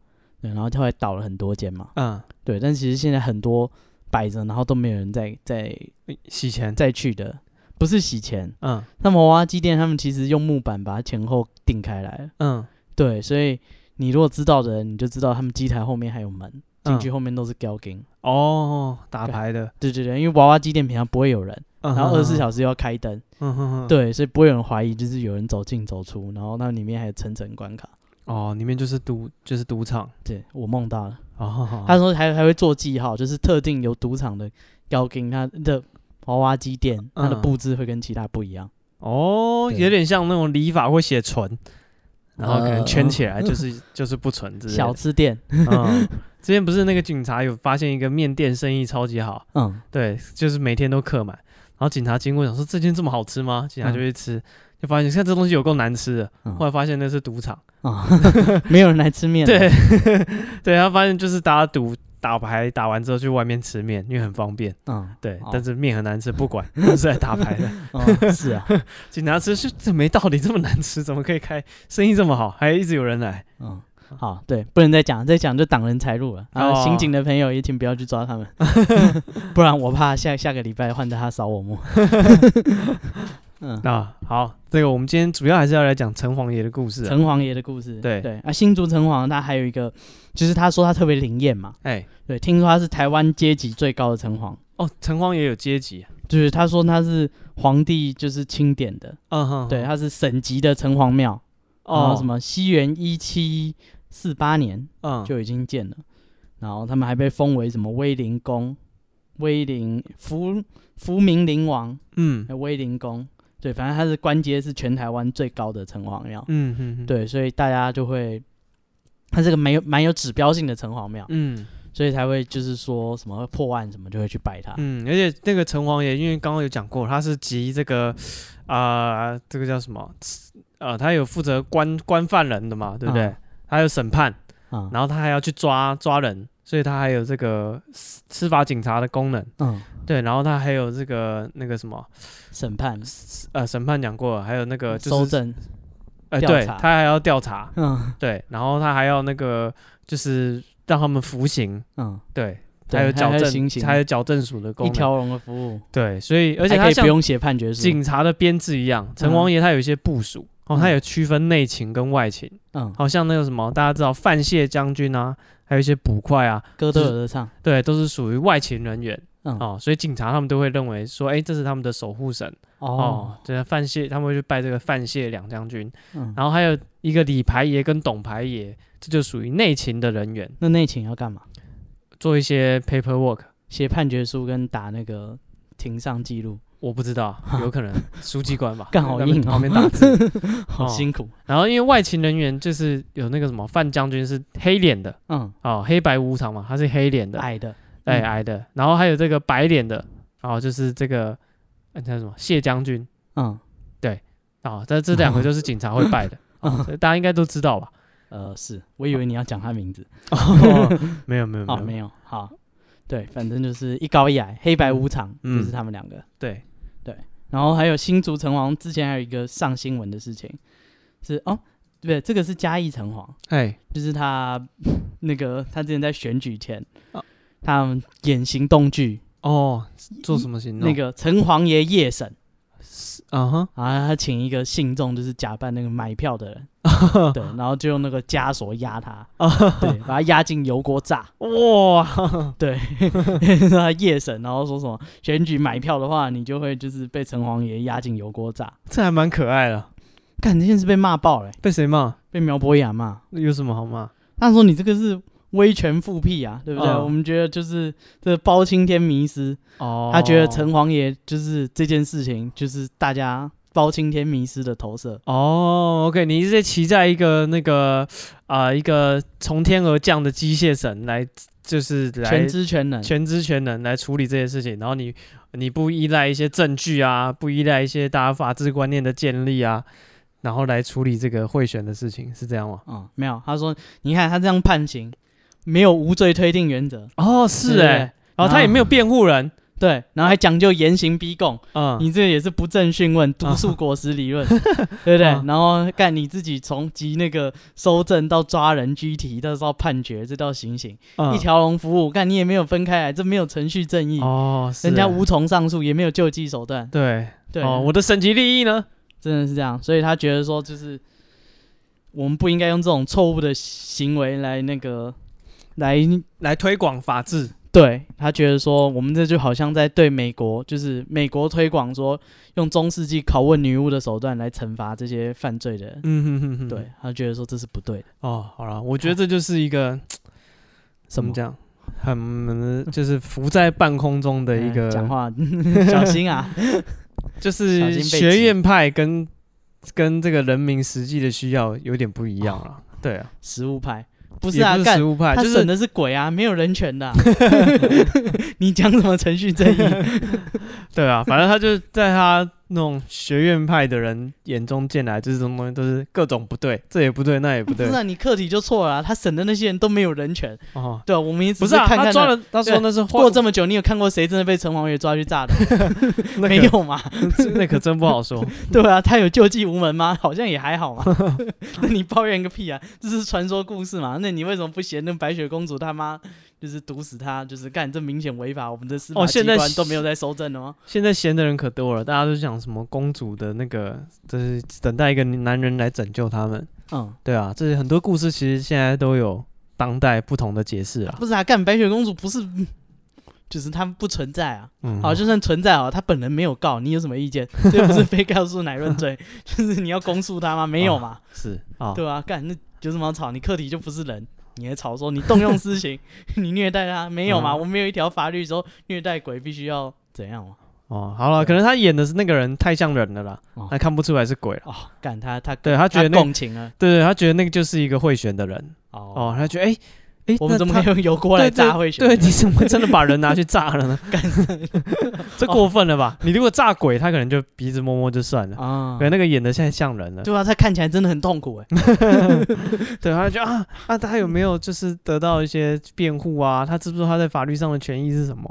Speaker 2: 对，然后后来倒了很多间嘛，
Speaker 1: 嗯，
Speaker 2: 对，但其实现在很多摆着，然后都没有人再再
Speaker 1: 哎洗钱，
Speaker 2: 再去的，不是洗钱，
Speaker 1: 嗯
Speaker 2: 那么娃娃机店他们其实用木板把它前后定开来了，
Speaker 1: 嗯，
Speaker 2: 对，所以你如果知道的人，你就知道他们机台后面还有门，进去后面都是吊钉，
Speaker 1: 哦，打牌的，
Speaker 2: 对对对，因为娃娃机店平常不会有人，
Speaker 1: 然
Speaker 2: 然后二十四小时又要开灯，
Speaker 1: 嗯哼哼，，
Speaker 2: 对，所以不会有人怀疑就是有人走进走出，然后那里面还有层层关卡，
Speaker 1: 哦，里面就是赌就是赌场，
Speaker 2: 对我梦到了。
Speaker 1: 哦，
Speaker 2: 他说还还会做记号，就是特定有赌场的妖精，它的娃娃机店，它的
Speaker 1: 嗯
Speaker 2: 布置会跟其他不一样。
Speaker 1: 哦，
Speaker 2: 对
Speaker 1: 有点像那种理发会写纯，然后可能圈起来就是、 就是不纯之类的。
Speaker 2: 小吃店，
Speaker 1: 嗯，之前不是那个警察有发现一个面店生意超级好，
Speaker 2: 嗯，
Speaker 1: 对，就是每天都客满。然后警察经过想说这间这么好吃吗？警察就去吃，就发现你看这东西有够难吃的。
Speaker 2: 嗯
Speaker 1: 后来发现那是赌场，
Speaker 2: 啊， 没有人来吃面，
Speaker 1: 对， 对，他发现就是大家赌打牌打完之后去外面吃面，因为很方便。
Speaker 2: 嗯，
Speaker 1: 对，
Speaker 2: 哦
Speaker 1: 但是面很难吃，不管是在打牌的。
Speaker 2: 嗯，是啊，
Speaker 1: 警察吃是这没道理，这么难吃，怎么可以开生意这么好，还一直有人来？
Speaker 2: 嗯，好，对，不能再讲，再讲就挡人财路了。啊，
Speaker 1: 哦
Speaker 2: 刑警的朋友也请不要去抓他们， 不然我怕下下个礼拜换到他扫我墓。嗯，
Speaker 1: 啊，好，这个我们今天主要还是要来讲城隍爷的故事、啊。
Speaker 2: 城隍爷的故事，
Speaker 1: 对
Speaker 2: 对啊，新竹城隍他还有一个，就是他说他特别灵验嘛，
Speaker 1: 哎、
Speaker 2: 对，听说他是台湾阶级最高的城隍，
Speaker 1: 哦，城隍爷有阶级、啊，
Speaker 2: 就是他说他是皇帝就是钦点的，
Speaker 1: 嗯哼，
Speaker 2: 对，，他是省级的城隍庙，然
Speaker 1: 哦
Speaker 2: 后，什？么西元一七四八年
Speaker 1: 嗯，
Speaker 2: 就已经建了，然后他们还被封为什么威灵宫、威灵福福明灵王、
Speaker 1: 嗯
Speaker 2: 还有威灵宫，对，反正他是官阶是全台湾最高的城隍庙，
Speaker 1: 嗯嗯，，
Speaker 2: 对，所以大家就会，它是个蛮有蛮有指标性的城隍庙，
Speaker 1: 嗯
Speaker 2: 所以才会就是说什么破案什么就会去拜它，
Speaker 1: 嗯，而且那个城隍爷，因为刚刚有讲过，他是集这个啊、这个叫什么？呃，他有负责关关犯人的嘛，对不对？
Speaker 2: 嗯
Speaker 1: 他有审判，
Speaker 2: 啊、
Speaker 1: 然后他还要去抓抓人，所以他还有这个司司法警察的功能。
Speaker 2: 嗯，
Speaker 1: 对，然后他还有这个那个什么，
Speaker 2: 审判、
Speaker 1: 呃，审判讲过了，还有那个就
Speaker 2: 搜
Speaker 1: 是，
Speaker 2: 证，
Speaker 1: 呃，
Speaker 2: 调
Speaker 1: 对
Speaker 2: 查
Speaker 1: 他还要调查，
Speaker 2: 嗯
Speaker 1: 对，然后他还要那个就是让他们服刑，
Speaker 2: 嗯，
Speaker 1: 对，
Speaker 2: 对
Speaker 1: 有
Speaker 2: 还
Speaker 1: 矫
Speaker 2: 还有
Speaker 1: 正
Speaker 2: 行，刑
Speaker 1: 还有矫正署的功
Speaker 2: 一
Speaker 1: 能，
Speaker 2: 条龙的服务，
Speaker 1: 对，所以而且
Speaker 2: 还可
Speaker 1: 他
Speaker 2: 以不
Speaker 1: 像
Speaker 2: 用写判决书，
Speaker 1: 警察的编制一
Speaker 2: 嗯
Speaker 1: 样，城隍爷他有一些部署。哦，他有区分内勤跟外勤，
Speaker 2: 嗯，
Speaker 1: 好像那个什么，大家知道范谢将军啊，还有一些捕快啊，
Speaker 2: 歌都有的唱，
Speaker 1: 对，都是属于外勤人员
Speaker 2: 嗯
Speaker 1: 哦，所以警察他们都会认为说，哎、这是他们的守护神哦
Speaker 2: 哦，，
Speaker 1: 这范谢他们会去拜这个范谢两将军，
Speaker 2: 嗯，
Speaker 1: 然后还有一个李牌爷跟董牌爷，这就属于内勤的人员，
Speaker 2: 那内勤要干嘛？
Speaker 1: 做一些 paperwork，
Speaker 2: 写判决书跟打那个庭上记录，
Speaker 1: 我不知道，有可能书记 官吧，
Speaker 2: 干好
Speaker 1: 在那边
Speaker 2: 硬哦
Speaker 1: 旁边打字。
Speaker 2: 好
Speaker 1: 哦
Speaker 2: 辛苦，
Speaker 1: 然后因为外勤人员就是有那个什么范将军是黑脸的
Speaker 2: 嗯，
Speaker 1: 哦，黑白无常嘛，他是黑脸的，
Speaker 2: 矮的，
Speaker 1: 哎
Speaker 2: 嗯
Speaker 1: 矮的，然后还有这个白脸的，然后就是这个呃叫什么谢将军。
Speaker 2: 嗯，
Speaker 1: 哦啊，但这两个就是警察会拜 的，哦这大家应该都知道吧？
Speaker 2: 嗯呃，是我以为你要讲他名字，
Speaker 1: 没有没有
Speaker 2: 哦，没有，好，对，反正就是一高一矮，黑白无常，
Speaker 1: 嗯
Speaker 2: 就是他们两个。
Speaker 1: 对，
Speaker 2: 然后还有新竹城隍，之前还有一个上新闻的事情，是哦，对，这个是嘉义城隍，
Speaker 1: 哎，
Speaker 2: 就是他 那个他之前在选举前
Speaker 1: 啊，
Speaker 2: 他们演行动剧
Speaker 1: 哦，做什么行动？
Speaker 2: 那个城隍爷夜审
Speaker 1: 啊哈，
Speaker 2: 啊，他请一个信众就是假扮那个买票的 人，对，然后就用那个枷锁压他，对，把他压进油锅炸，
Speaker 1: 哇，
Speaker 2: 对， 他夜审，然后说什么选举买票的话，你就会就是被城隍爷压进油锅炸。
Speaker 1: 这还蛮可爱的。
Speaker 2: 干，这件事被骂爆了欸、
Speaker 1: 被谁骂？
Speaker 2: 被苗博雅骂。
Speaker 1: 有什么好骂？
Speaker 2: 他说你这个是威权复辟啊，对不对？
Speaker 1: 嗯
Speaker 2: 我们觉得就是这包青天迷失，
Speaker 1: 哦
Speaker 2: 他觉得城隍爷就是这件事情，就是大家包青天迷失的投射。
Speaker 1: 哦，OK，你是在骑在一个那个啊、一个从天而降的机械神来，就是来
Speaker 2: 全知全能，
Speaker 1: 全知全能来处理这些事情，然后你你不依赖一些证据啊，不依赖一些大家法治观念的建立啊，然后来处理这个贿选的事情，是这样吗？
Speaker 2: 嗯，没有。他说，你看他这样判刑，没有无罪推定原则，
Speaker 1: 哦，
Speaker 2: 对
Speaker 1: 是
Speaker 2: 不
Speaker 1: 哎、
Speaker 2: 对
Speaker 1: 然后他也没有辩护人，
Speaker 2: 对，然后还讲究严刑逼供，
Speaker 1: 嗯，
Speaker 2: 你这也是不正讯问，毒素果实 理论，对不对？
Speaker 1: 啊
Speaker 2: 然后干你自己从集那个收证到抓人拘提，到到判决，这到行刑，
Speaker 1: 嗯
Speaker 2: 一条龙服务，干你也没有分开来，这没有程序正义，
Speaker 1: 哦，是
Speaker 2: 人家
Speaker 1: 哎
Speaker 2: 无从上诉，也没有救济手段，
Speaker 1: 对
Speaker 2: 对，
Speaker 1: 哦，我的省级利益呢？
Speaker 2: 真的是这样，所以他觉得说，就是我们不应该用这种错误的行为来那个来
Speaker 1: 来推广法治，
Speaker 2: 对他觉得说，我们这就好像在对美国，就是美国推广说用中世纪拷问女巫的手段来惩罚这些犯罪的人。
Speaker 1: 嗯哼哼哼，
Speaker 2: 对，他觉得说这是不对的。
Speaker 1: 哦，好了，我觉得这就是一个
Speaker 2: 什
Speaker 1: 怎
Speaker 2: 嗯
Speaker 1: 么讲，很就是浮在半空中的一
Speaker 2: 哎
Speaker 1: 个
Speaker 2: 讲 话小心啊！小
Speaker 1: 就是
Speaker 2: 心被
Speaker 1: 学
Speaker 2: 挤
Speaker 1: 院派跟跟这个人民实际的需要有点不一样了。对啊，
Speaker 2: 食物派哦不
Speaker 1: 不
Speaker 2: 是啊，
Speaker 1: 不是
Speaker 2: 干
Speaker 1: 实物派，
Speaker 2: 他
Speaker 1: 就
Speaker 2: 审
Speaker 1: 是
Speaker 2: 的是鬼啊，没有人 权的啊、你讲什么程序正义？
Speaker 1: 对啊，反正他就在他那种学院派的人眼中见来，就是这种东西都是各种不对，这也不对，那也不
Speaker 2: 不
Speaker 1: 对
Speaker 2: 是。啊，你课题就错了、啊，他审的那些人都没有人权，
Speaker 1: 哦，
Speaker 2: 对啊，我们也只
Speaker 1: 不是啊，
Speaker 2: 看
Speaker 1: 他
Speaker 2: 看
Speaker 1: 抓
Speaker 2: 那
Speaker 1: 了，他说那是画
Speaker 2: 过这么久，你有看过谁真的被城隍爷抓去炸的？
Speaker 1: 那
Speaker 2: 没
Speaker 1: 可
Speaker 2: 有嘛？
Speaker 1: 那可真不好说。
Speaker 2: 对啊，他有救济无门吗？ 好像也还好嘛。那你抱怨个屁啊！这是传说故事嘛？那你为什么不嫌那白雪公主他妈就是毒死她？就是干这明显违法，我们的司法
Speaker 1: 哦
Speaker 2: 机
Speaker 1: 现在
Speaker 2: 关都没有在搜证的吗？
Speaker 1: 现在闲的人可多了，大家都讲什么公主的那个，就是等待一个男人来拯救他们。
Speaker 2: 嗯，
Speaker 1: 对啊，这些很多故事其实现在都有当代不同的解释啊。
Speaker 2: 不是啊，干白雪公主不是，就是她不存在啊。
Speaker 1: 嗯，
Speaker 2: 好，就算存在哦，她本人没有告，你有什么意见？这不是非告诉乃论罪， 就是你要公诉她吗？没有嘛，
Speaker 1: 是啊，
Speaker 2: 对啊，干那有什么好吵？你课题就不是人，你还吵说你动用 私刑，你虐待他没有嘛？
Speaker 1: 嗯
Speaker 2: 我们有一条法律说虐待鬼必须要怎样嘛？
Speaker 1: 哦，好了，可能他演的是那个人太像人了啦
Speaker 2: 哦，
Speaker 1: 他看不出来是鬼了。
Speaker 2: 哦，干他他
Speaker 1: 对他觉
Speaker 2: 他
Speaker 1: 得那
Speaker 2: 共情了
Speaker 1: 对对，他觉得那个就是一个会选的人哦，他觉得哎哎，
Speaker 2: 我们
Speaker 1: 那
Speaker 2: 怎么
Speaker 1: 他
Speaker 2: 可以用油锅来
Speaker 1: 对
Speaker 2: 炸
Speaker 1: 对
Speaker 2: 会选？
Speaker 1: 对，你怎么真的把人拿去炸了呢？这过分了吧？你如果炸鬼，他可能就鼻子摸摸就算了。
Speaker 2: 啊
Speaker 1: 可，能那个演的现在像人了，
Speaker 2: 对啊，他看起来真的很痛苦哎。
Speaker 1: 对，他就觉得啊啊，他有没有就是得到一些辩护啊？他知不知道他在法律上的权益是什么？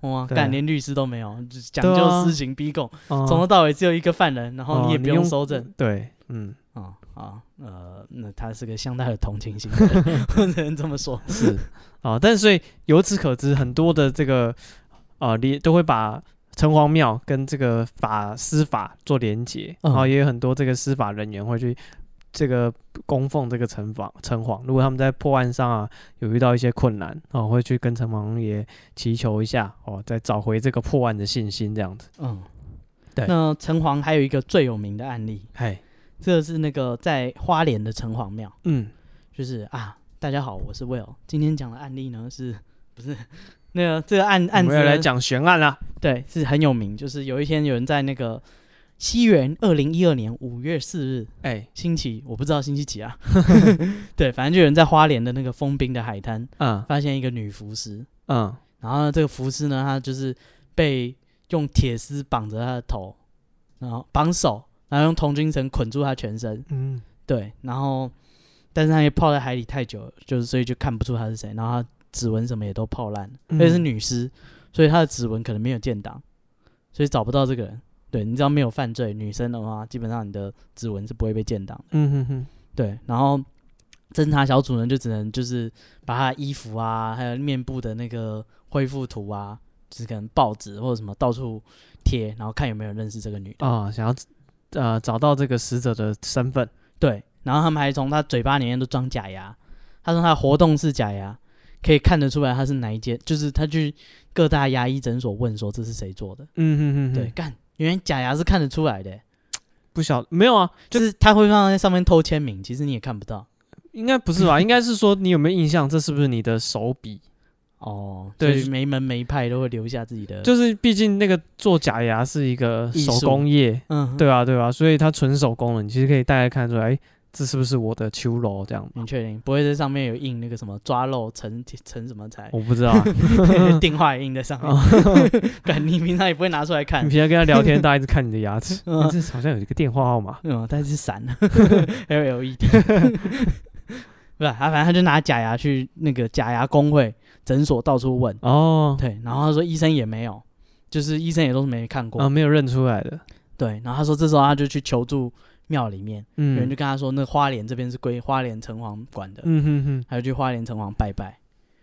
Speaker 2: 哇，
Speaker 1: 对啊
Speaker 2: 干连律师都没有，就是讲
Speaker 1: 对
Speaker 2: 究
Speaker 1: 啊
Speaker 2: 私刑逼供，
Speaker 1: 哦
Speaker 2: 从头到尾只有一个犯人，然
Speaker 1: 哦
Speaker 2: 后你也
Speaker 1: 你
Speaker 2: 不用
Speaker 1: 用
Speaker 2: 搜证。
Speaker 1: 对， 嗯，
Speaker 2: 啊啊呃，那他是个相当有同情心的人， 我只能这么说。
Speaker 1: 是啊，但是所以由此可知，很多的这个啊连都会把城隍庙跟这个法司法做连结，然后
Speaker 2: 嗯
Speaker 1: 也有很多这个司法人员会去这个供奉这个城隍城隍。如果他们在破案上啊有遇到一些困难啊，会去跟城隍爷祈求一下哦，再找回这个破案的信心，这样子。
Speaker 2: 嗯，
Speaker 1: 对
Speaker 2: 那城隍还有一个最有名的案例，
Speaker 1: 嘿，
Speaker 2: 这个是那个在花莲的城隍庙，
Speaker 1: 嗯，
Speaker 2: 就是啊，大家好，我是 Will，今天讲的案例呢是不是那个这个案案
Speaker 1: 我们
Speaker 2: 子
Speaker 1: 要
Speaker 2: 呢
Speaker 1: 来讲悬案啦。
Speaker 2: 对是很有名，就是有一天有人在那个西元二零一二年五月四日
Speaker 1: 哎，
Speaker 2: 星期，我不知道星期几啊， 对，反正就有人在花莲的那个封冰的海滩
Speaker 1: 嗯
Speaker 2: 发现一个女浮尸，
Speaker 1: 嗯，
Speaker 2: 然后呢，这个浮尸呢，她就是被用铁丝绑着她的头，然后绑手，然后用铜筋绳捆住她全身，
Speaker 1: 嗯，
Speaker 2: 对，然后但是她也泡在海里太久了，就是所以就看不出她是谁，然后她指纹什么也都泡烂了，而且是
Speaker 1: 嗯
Speaker 2: 女尸，所以她的指纹可能没有建档，所以找不到这个人。对，你只要没有犯罪，女生的话，基本上你的指纹是不会被建档的。
Speaker 1: 嗯哼哼，
Speaker 2: 对，然后侦查小组呢就只能就是把他的衣服啊，还有面部的那个恢复图啊，就是可能报纸或者什么到处贴，然后看有没有人认识这个女的。
Speaker 1: 啊，想要呃找到这个死者的身份。
Speaker 2: 对，然后他们还从她嘴巴里面都装假牙，他说她的活动式假牙。可以看得出来她是哪一间，就是他去各大牙医诊所问说这是谁做的，
Speaker 1: 嗯哼哼哼，
Speaker 2: 对，干，原来假牙是看得出来的，
Speaker 1: 不晓没有啊，
Speaker 2: 就是他会放在上面偷签名，其实你也看不到。
Speaker 1: 应该不是 吧？应该是说你有没有印象，这是不是你的手笔？
Speaker 2: 哦，
Speaker 1: 对
Speaker 2: 所以每门每派都会留下自己的，
Speaker 1: 就是毕竟那个做假牙是一个
Speaker 2: 艺
Speaker 1: 手
Speaker 2: 术
Speaker 1: 工业，
Speaker 2: 嗯哼，
Speaker 1: 对啊，对啊，所以它纯手工的，你其实可以大概看出来，哎，这是不是我的秋楼这样？
Speaker 2: 你确定不会在上面有印那个什么抓漏成成什么财？
Speaker 1: 我不知 道、啊，哦
Speaker 2: 电话也印在上 面，感你平常也不会拿出来看
Speaker 1: 你，平常跟他聊天，大家一直看你的牙齿，
Speaker 2: 嗯
Speaker 1: 哎这好像有一个电话号码。
Speaker 2: 嗯，但是闪了，LED，不是，他反正他就拿假牙去那个假牙工会诊所到处问，
Speaker 1: 哦，
Speaker 2: 对，然后他说医生也没有，就是医生也都是没看过，
Speaker 1: 啊，没有认出来的，
Speaker 2: 对，然后他说这时候他就去求助庙里面，有人
Speaker 1: 嗯
Speaker 2: 就，跟他说那花莲这边是归花莲城隍管的，
Speaker 1: 嗯哼哼，
Speaker 2: 还有去花莲城隍拜拜，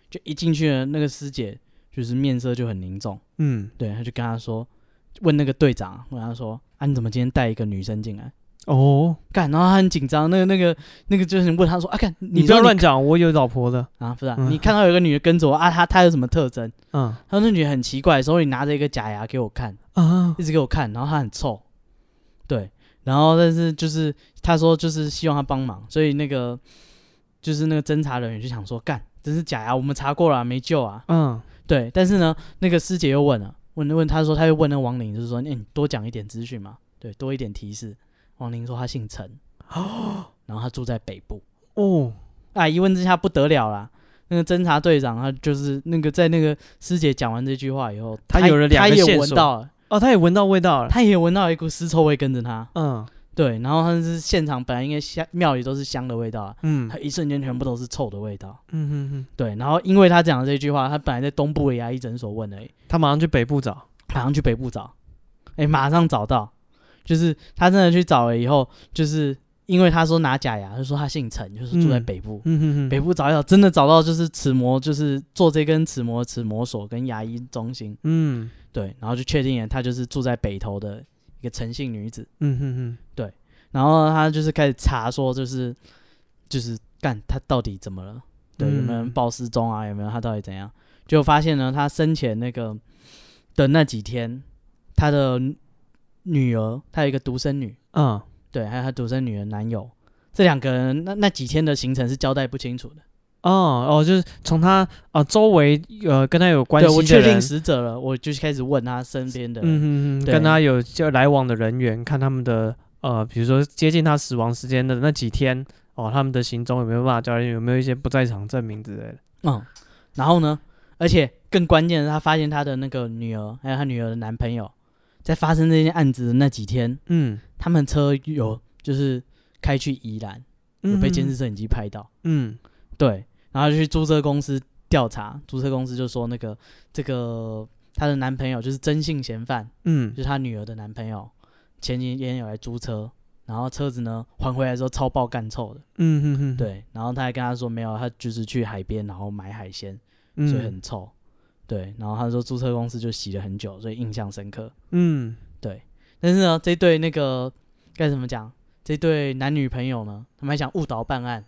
Speaker 2: 就一进去呢，那个师姐就是面色就很凝重，
Speaker 1: 嗯，
Speaker 2: 对，他就跟他说，问那个队长，问他说啊，你怎么今天带一个女生进来？
Speaker 1: 哦，
Speaker 2: 干，然后他很紧张，那个那个那个就是问他说啊，干，
Speaker 1: 你
Speaker 2: 你
Speaker 1: 不要
Speaker 2: 说
Speaker 1: 乱讲，我有老婆的，
Speaker 2: 啊，不是、啊，
Speaker 1: 嗯
Speaker 2: 你看到有个女的跟着我啊，她她有什么特征？
Speaker 1: 嗯
Speaker 2: 他说那女的很奇怪，手里拿着一个假牙给我看，
Speaker 1: 啊，
Speaker 2: 一直给我看，然后她很臭，对，然后但是就是他说就是希望他帮忙，所以那个就是那个侦查人员就想说，干，这是假牙，我们查过了啊、没救啊，
Speaker 1: 嗯
Speaker 2: 对，但是呢，那个师姐又问了，问问他说，他又问那王林，就是说，哎那、你多讲一点资讯嘛，对，多一点提示。王林说他 姓陈，然后他住在北部。
Speaker 1: 哦，
Speaker 2: 啊，一问之下不得了啦。那个侦查队长，他就是那个在那个师姐讲完这句话以后，
Speaker 1: 他
Speaker 2: 他
Speaker 1: 有了两个
Speaker 2: 他也
Speaker 1: 线
Speaker 2: 闻
Speaker 1: 索
Speaker 2: 到了，
Speaker 1: 哦，他也闻到味道了。
Speaker 2: 他也闻到一股尸臭味跟着他，
Speaker 1: 嗯
Speaker 2: 对，然后他是现场本来应该香庙里都是香的味道啊，
Speaker 1: 嗯
Speaker 2: 他一瞬间全部都是臭的味道。
Speaker 1: 嗯嗯嗯，
Speaker 2: 对，然后因为他讲的这句话，他本来在东部的牙医诊所问而已，
Speaker 1: 他马上去北部找。
Speaker 2: 马上去北部找，哎，马上找到，就是他真的去找了以后，就是因为他说拿假牙，他说他姓陈，就是住在
Speaker 1: 嗯
Speaker 2: 北部，
Speaker 1: 嗯嗯
Speaker 2: 北部找一找，真的找到就是齿模，就是做这根齿模齿模所跟牙医中心，
Speaker 1: 嗯
Speaker 2: 对，然后就确定了他就是住在北头的一个陈姓女子，
Speaker 1: 嗯嗯
Speaker 2: 然后他就是开始查说就是就是干他到底怎么了，对，有没有人
Speaker 1: 嗯
Speaker 2: 报失踪啊，有没有他到底怎样，就发现呢他生前那个的那几天，他的女儿，他有一个独生女，
Speaker 1: 嗯啊
Speaker 2: 对，还有他独生女儿男友，这两个人那那几天的行程是交代不清楚的。
Speaker 1: 哦哦，就是从他啊周围呃跟他有关
Speaker 2: 对我
Speaker 1: 系的
Speaker 2: 确定
Speaker 1: 人，
Speaker 2: 死者了，我就开始问他身边的
Speaker 1: 嗯
Speaker 2: 人，
Speaker 1: 嗯嗯，
Speaker 2: 对
Speaker 1: 跟他有就来往的人员，看他们的呃，比如说接近他死亡时间的那几天哦，他们的行踪有没有办法交代，有没有一些不在场证明之类的。
Speaker 2: 嗯，然后呢，而且更关键的是，他发现他的那个女儿还有他女儿的男朋友，在发生这件案子的那几天，
Speaker 1: 嗯，
Speaker 2: 他们车有就是开去宜兰，有被监视摄影机拍到，
Speaker 1: 嗯。嗯
Speaker 2: 对，然后就去租车公司调查，租车公司就说那个这个她的男朋友就是真性嫌犯，
Speaker 1: 嗯
Speaker 2: 就是她女儿的男朋友，前几天有来租车，然后车子呢还回来之后超爆干臭的。
Speaker 1: 嗯嗯嗯，
Speaker 2: 对，然后他还跟他说没有，他就是去海边然后买海鲜，
Speaker 1: 嗯，
Speaker 2: 所以很臭。对，然后他说租车公司就洗了很久，所以印象深刻。
Speaker 1: 嗯
Speaker 2: 但是呢，这对那个该怎么讲？这对男女朋友呢，他们还想误导办案，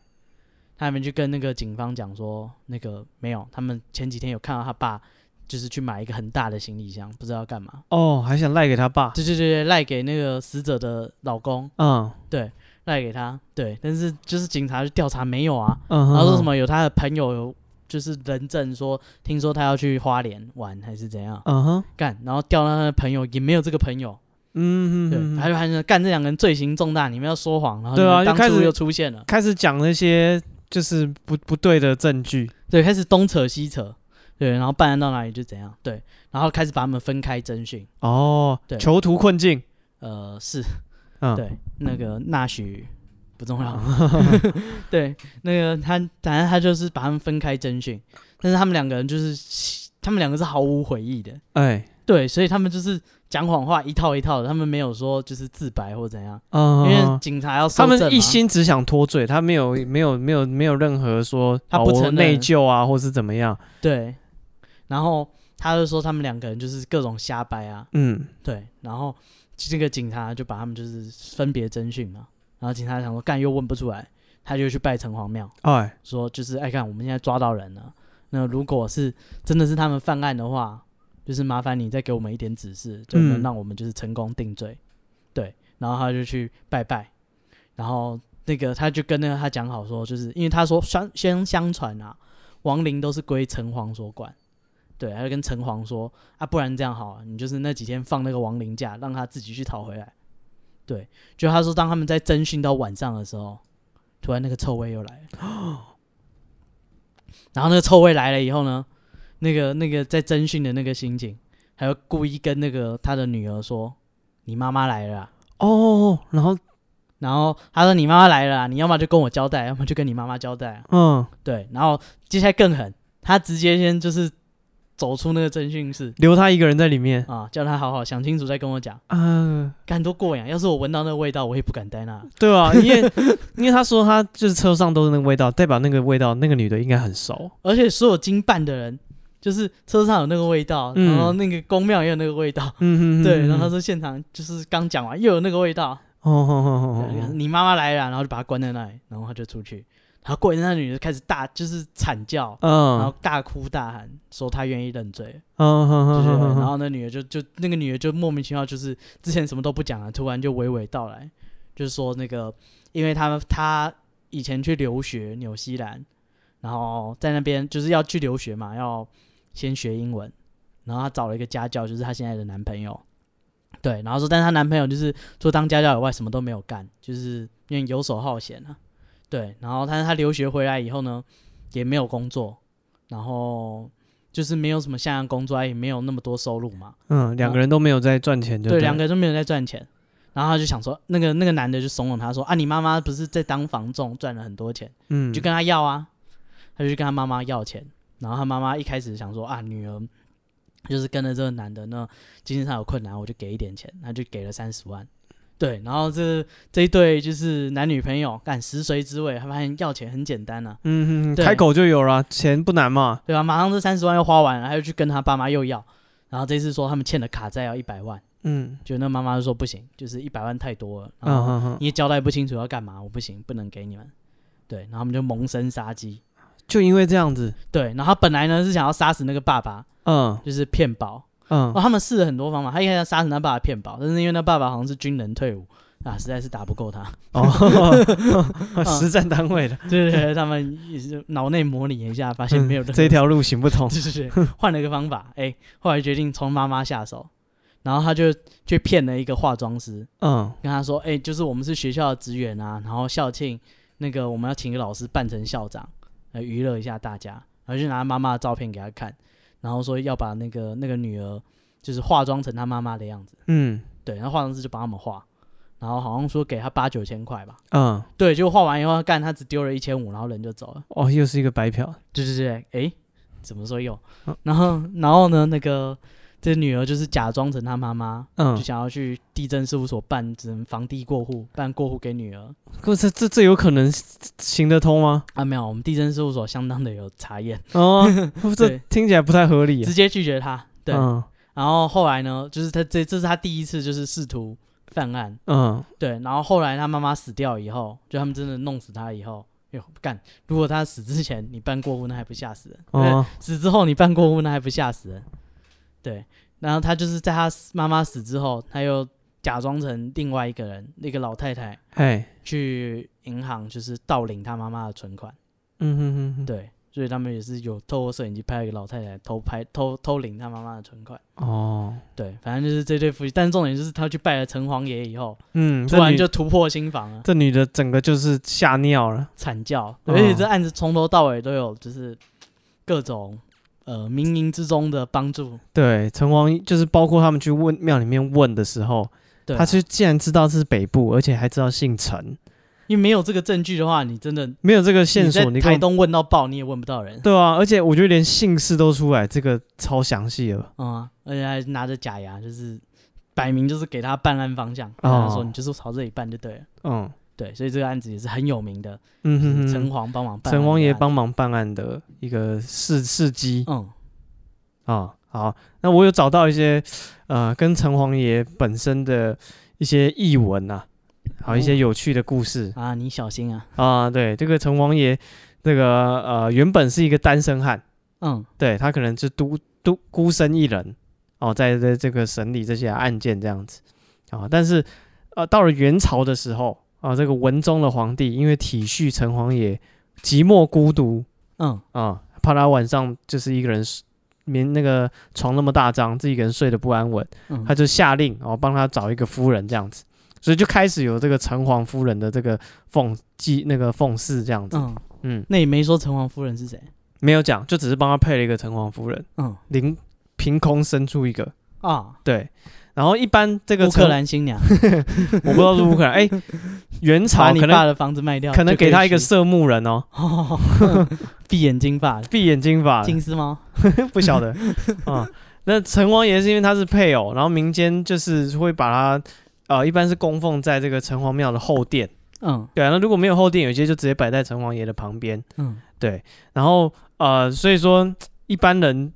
Speaker 2: 他们去跟那个警方讲说，那个没有，他们前几天有看到他爸就是去买一个很大的行李箱，不知道要干嘛，
Speaker 1: 哦，还想赖给他爸，
Speaker 2: 对对对对，赖给那个死者的老公，
Speaker 1: 嗯
Speaker 2: 对，赖给他，对，但是就是警察去调查没有啊，
Speaker 1: 嗯，
Speaker 2: 然后说什
Speaker 1: 么？
Speaker 2: 么有他的朋友有就是人证说，听说他要去花莲玩还是怎样
Speaker 1: 嗯哼，
Speaker 2: 干，然后调到他的朋友也没有这个朋友，
Speaker 1: 嗯
Speaker 2: 对，
Speaker 1: 嗯，
Speaker 2: 还有还有干这两个人罪行重大，你们要说谎，然后
Speaker 1: 对啊
Speaker 2: 你们
Speaker 1: 就开
Speaker 2: 当初
Speaker 1: 始
Speaker 2: 又出现了，
Speaker 1: 开始讲那些就是不不对的证据，
Speaker 2: 对，开始东扯西扯，对，然后办案到哪里就怎样，对，然后开始把他们分开侦讯，
Speaker 1: 哦，
Speaker 2: 对
Speaker 1: 囚徒困境，
Speaker 2: 呃，是
Speaker 1: 嗯，
Speaker 2: 对那个纳许。不重要， 对，那个他，反正他就是把他们分开侦讯，但是他们两个人就是，他们两个是毫无悔意的，
Speaker 1: 哎，
Speaker 2: 对，所以他们就是讲谎话一套一套的，他们没有说就是自白或怎样，
Speaker 1: 嗯，
Speaker 2: 因为警察要搜
Speaker 1: 他
Speaker 2: 证
Speaker 1: 们一
Speaker 2: 嘛
Speaker 1: 心只想脱罪，他没有没有没有没有任何说
Speaker 2: 他
Speaker 1: 哦
Speaker 2: 不
Speaker 1: 我
Speaker 2: 承认
Speaker 1: 内疚啊，或是怎么样，
Speaker 2: 对，然后他就说他们两个人就是各种瞎掰啊，
Speaker 1: 嗯
Speaker 2: 对，然后这个警察就把他们就是分别侦讯嘛，然后警察想说干又问不出来，他就去拜城隍庙
Speaker 1: 哎
Speaker 2: 说就是哎看我们现在抓到人了，那如果是真的是他们犯案的话，就是麻烦你再给我们一点指示，就能
Speaker 1: 嗯
Speaker 2: 让我们就是成功定罪。对，然后他就去拜拜，然后那个他就跟那个他讲好说，就是因为他说相先相传啊，亡灵都是归城隍所管。对，他就跟城隍说啊，不然这样好了，你就是那几天放那个亡灵假，让他自己去讨回来。对，就他说，当他们在侦讯到晚上的时候，突然那个臭味又来了，然后那个臭味来了以后呢，那个那个在侦讯的那个刑警，还有故意跟那个他的女儿说：“你妈妈来了啊、
Speaker 1: 哦，然后
Speaker 2: 然后他说：“你妈妈来了啊、你要么就跟我交代，要么就跟你妈妈交代啊、
Speaker 1: 嗯
Speaker 2: 对，然后接下来更狠，他直接先就是走出那个侦讯室
Speaker 1: 留他一个人在里面，
Speaker 2: 啊，叫他好好想清楚再跟我讲。
Speaker 1: 嗯。
Speaker 2: 干多过瘾啊，要是我闻到那个味道，我也不敢待那。
Speaker 1: 对啊，因为 因为他说他就是车上都是那个味道，代表那个味道那个女的应该很熟。
Speaker 2: 而且所有经办的人，就是车上有那个味道，
Speaker 1: 嗯
Speaker 2: 然后那个公庙也有那个味道。
Speaker 1: 嗯
Speaker 2: 对，然后他说现场就是刚讲完又有那个味道，
Speaker 1: 哦哦哦
Speaker 2: 对
Speaker 1: 哦
Speaker 2: 你妈妈来了，然后就把她关在那里，然后她就出去，然后过一阵那女的开始大就是惨叫，然
Speaker 1: 哦，
Speaker 2: 后大哭大喊说她愿意认罪，
Speaker 1: 嗯嗯
Speaker 2: 就是
Speaker 1: 嗯
Speaker 2: 然
Speaker 1: 嗯
Speaker 2: 后那女的就就那个女的就莫名其妙就是之前什么都不讲啊，突然就娓娓道来，就是说那个因为他们她以前去留学纽西兰，然后在那边就是要去留学嘛，要先学英文，然后她找了一个家教，就是她现在的男朋友。对，然后说，但是她男朋友就是除了当家教以外，什么都没有干，就是因为游手好闲啊。对，然后但是她留学回来以后呢，也没有工作，然后就是没有什么下项工作，也没有那么多收入嘛，
Speaker 1: 嗯，两个人都没有在赚钱就
Speaker 2: 对，
Speaker 1: 了
Speaker 2: 两个人都没有在赚钱。然后他就想说，那个那个男的就怂恿他说啊，你妈妈不是在当房仲赚了很多钱，
Speaker 1: 嗯
Speaker 2: 你就跟他要啊。他就去跟他妈妈要钱，然后他妈妈一开始想说啊，女儿就是跟着这个男的呢，经济上有困难，我就给一点钱，他就给了三十万。对，然后这这一对就是男女朋友，干食髓知味，他发现要钱很简单啊，
Speaker 1: 嗯嗯，嗯
Speaker 2: 对
Speaker 1: 开口就有了，钱不难嘛。
Speaker 2: 对吧？啊马上这三十万又花完了，他就去跟他爸妈又要，然后这次说他们欠的卡债要一百万，
Speaker 1: 嗯
Speaker 2: 就那妈妈就说不行，就是一百万太多了，
Speaker 1: 嗯
Speaker 2: 然后
Speaker 1: 嗯嗯，
Speaker 2: 你也交代不清楚要干嘛，我不行，不能给你们。对，然后他们就萌生杀机。
Speaker 1: 就因为这样子，
Speaker 2: 对，然后他本来呢是想要杀死那个爸爸，
Speaker 1: 嗯
Speaker 2: 就是骗保。
Speaker 1: 嗯
Speaker 2: 哦，他们试了很多方法，他一开始要杀死他爸爸骗保，但是因为他爸爸好像是军人退伍啊，实在是打不过他。
Speaker 1: 哦，实战单位的，
Speaker 2: 对对对，他们也是脑内模拟一下，发现嗯没有
Speaker 1: 嗯
Speaker 2: 任何
Speaker 1: 这条路行不通。
Speaker 2: 对对对，换了一个方法，哎、后来决定从妈妈下手，然后他就去骗了一个化妆师，
Speaker 1: 嗯
Speaker 2: 跟他说，哎、就是我们是学校的职员啊，然后校庆那个我们要请一个老师扮成校长来娱乐一下大家，然后就拿妈妈的照片给他看，然后说要把那个那个女儿就是化妆成她妈妈的样子，
Speaker 1: 嗯
Speaker 2: 对，然后化妆师就帮他们化，然后好像说给他八九千块吧，
Speaker 1: 嗯，
Speaker 2: 对，就画完以后干他只丢了一千五，然后人就走了。
Speaker 1: 哦，又是一个白嫖。
Speaker 2: 对对对，诶，哎怎么说有
Speaker 1: 嗯？
Speaker 2: 然后然后呢，那个这女儿就是假装成她妈妈，就
Speaker 1: 嗯，
Speaker 2: 想要去地震事务所办，只能房地过户，办过户给女儿
Speaker 1: 可是这这有可能行得通吗？
Speaker 2: 啊，没有，我们地震事务所相当的有 查验，
Speaker 1: 哦，这
Speaker 2: 对
Speaker 1: 听起来不太合理啊。
Speaker 2: 直接拒绝她。对，
Speaker 1: 嗯
Speaker 2: 然后后来呢，就是她这这是她第一次就是试图犯案，
Speaker 1: 嗯
Speaker 2: 对，然后后来她妈妈死掉以后，就他们真的弄死她以后。哟，干！如果她死之前你办过户，那还不吓死人？对
Speaker 1: 哦
Speaker 2: 死之后你办过户，那还不吓死人？对，然后他就是在他死妈妈死之后，他又假装成另外一个人，那个老太太
Speaker 1: 嘿，
Speaker 2: 去银行就是盗领他妈妈的存款，
Speaker 1: 嗯哼哼哼，
Speaker 2: 对，所以他们也是有透过摄影机拍了一个老太太偷拍偷偷领他妈妈的存款，
Speaker 1: 哦，
Speaker 2: 对，反正就是这对夫妻，但是重点就是他去拜了城隍爷以后，
Speaker 1: 嗯，
Speaker 2: 突
Speaker 1: 这
Speaker 2: 然
Speaker 1: 女
Speaker 2: 就突破心房了，
Speaker 1: 这女的整个就是吓尿了。
Speaker 2: 惨叫，
Speaker 1: 哦
Speaker 2: 而且这案子从头到尾都有就是各种呃冥冥之中的帮助，
Speaker 1: 对，城隍就是包括他们去问庙里面问的时候，
Speaker 2: 对啊、
Speaker 1: 他是竟然知道是北部，而且还知道姓陈，
Speaker 2: 因为没有这个证据的话，你真的
Speaker 1: 没有这个线
Speaker 2: 你在
Speaker 1: 索，你
Speaker 2: 台
Speaker 1: 根本
Speaker 2: 东问到爆，你也问不到人。
Speaker 1: 对啊，而且我觉得连姓氏都出来，这个超详细了。
Speaker 2: 嗯啊、而且还拿着假牙，就是摆明就是给他办案方向，
Speaker 1: 哦
Speaker 2: 跟他说你就是朝这里办就对了。
Speaker 1: 嗯
Speaker 2: 对，所以这个案子也是很有名的，
Speaker 1: 嗯
Speaker 2: 就
Speaker 1: 哼
Speaker 2: 是
Speaker 1: 哼，
Speaker 2: 城隍帮忙办，
Speaker 1: 陈王爷，帮忙办案的一个事事迹
Speaker 2: 嗯，
Speaker 1: 啊、好，那我有找到一些呃跟城隍爷本身的一些译文啊，好
Speaker 2: 哦
Speaker 1: 一些有趣的故事
Speaker 2: 啊，你小心啊，
Speaker 1: 啊、对，这个城隍爷这个呃原本是一个单身汉。
Speaker 2: 嗯
Speaker 1: 对他可能是独独孤身一人哦，在在这个审理这些案件这样子啊、但是呃，到了元朝的时候啊、这个文宗的皇帝因为体恤城隍爷寂寞孤独
Speaker 2: 嗯，
Speaker 1: 啊、怕他晚上就是一个人睡眠那个床那么大张，自己一个人睡得不安稳，
Speaker 2: 嗯
Speaker 1: 他就下令哦帮他找一个夫人这样子。所以就开始有这个城隍夫人的这个奉祭那个奉祀这样子，
Speaker 2: 嗯，
Speaker 1: 嗯，
Speaker 2: 那也没说城隍夫人是谁，
Speaker 1: 没有讲，就只是帮他配了一个城隍夫人，
Speaker 2: 嗯
Speaker 1: 零凭空生出一个，
Speaker 2: 啊，
Speaker 1: 对，然后一般这个
Speaker 2: 乌克
Speaker 1: 城，
Speaker 2: 兰新娘
Speaker 1: 我不知道是乌克兰，哎，元
Speaker 2: 把
Speaker 1: 朝
Speaker 2: 你
Speaker 1: 可
Speaker 2: 爸
Speaker 1: 能
Speaker 2: 的房子卖掉，
Speaker 1: 可能给他一个
Speaker 2: 就
Speaker 1: 色目人哦，
Speaker 2: 可以娶 闭眼睛发的
Speaker 1: 闭眼睛法，
Speaker 2: 金丝猫，
Speaker 1: 不晓 得啊、那城隍爷是因为他是配偶，然后民间就是会把他呃，一般是供奉在这个城隍庙的后殿。
Speaker 2: 嗯
Speaker 1: 对啊，那如果没有后殿，有些就直接摆在城隍爷的旁边。
Speaker 2: 嗯
Speaker 1: 对，然后呃，所以说一般人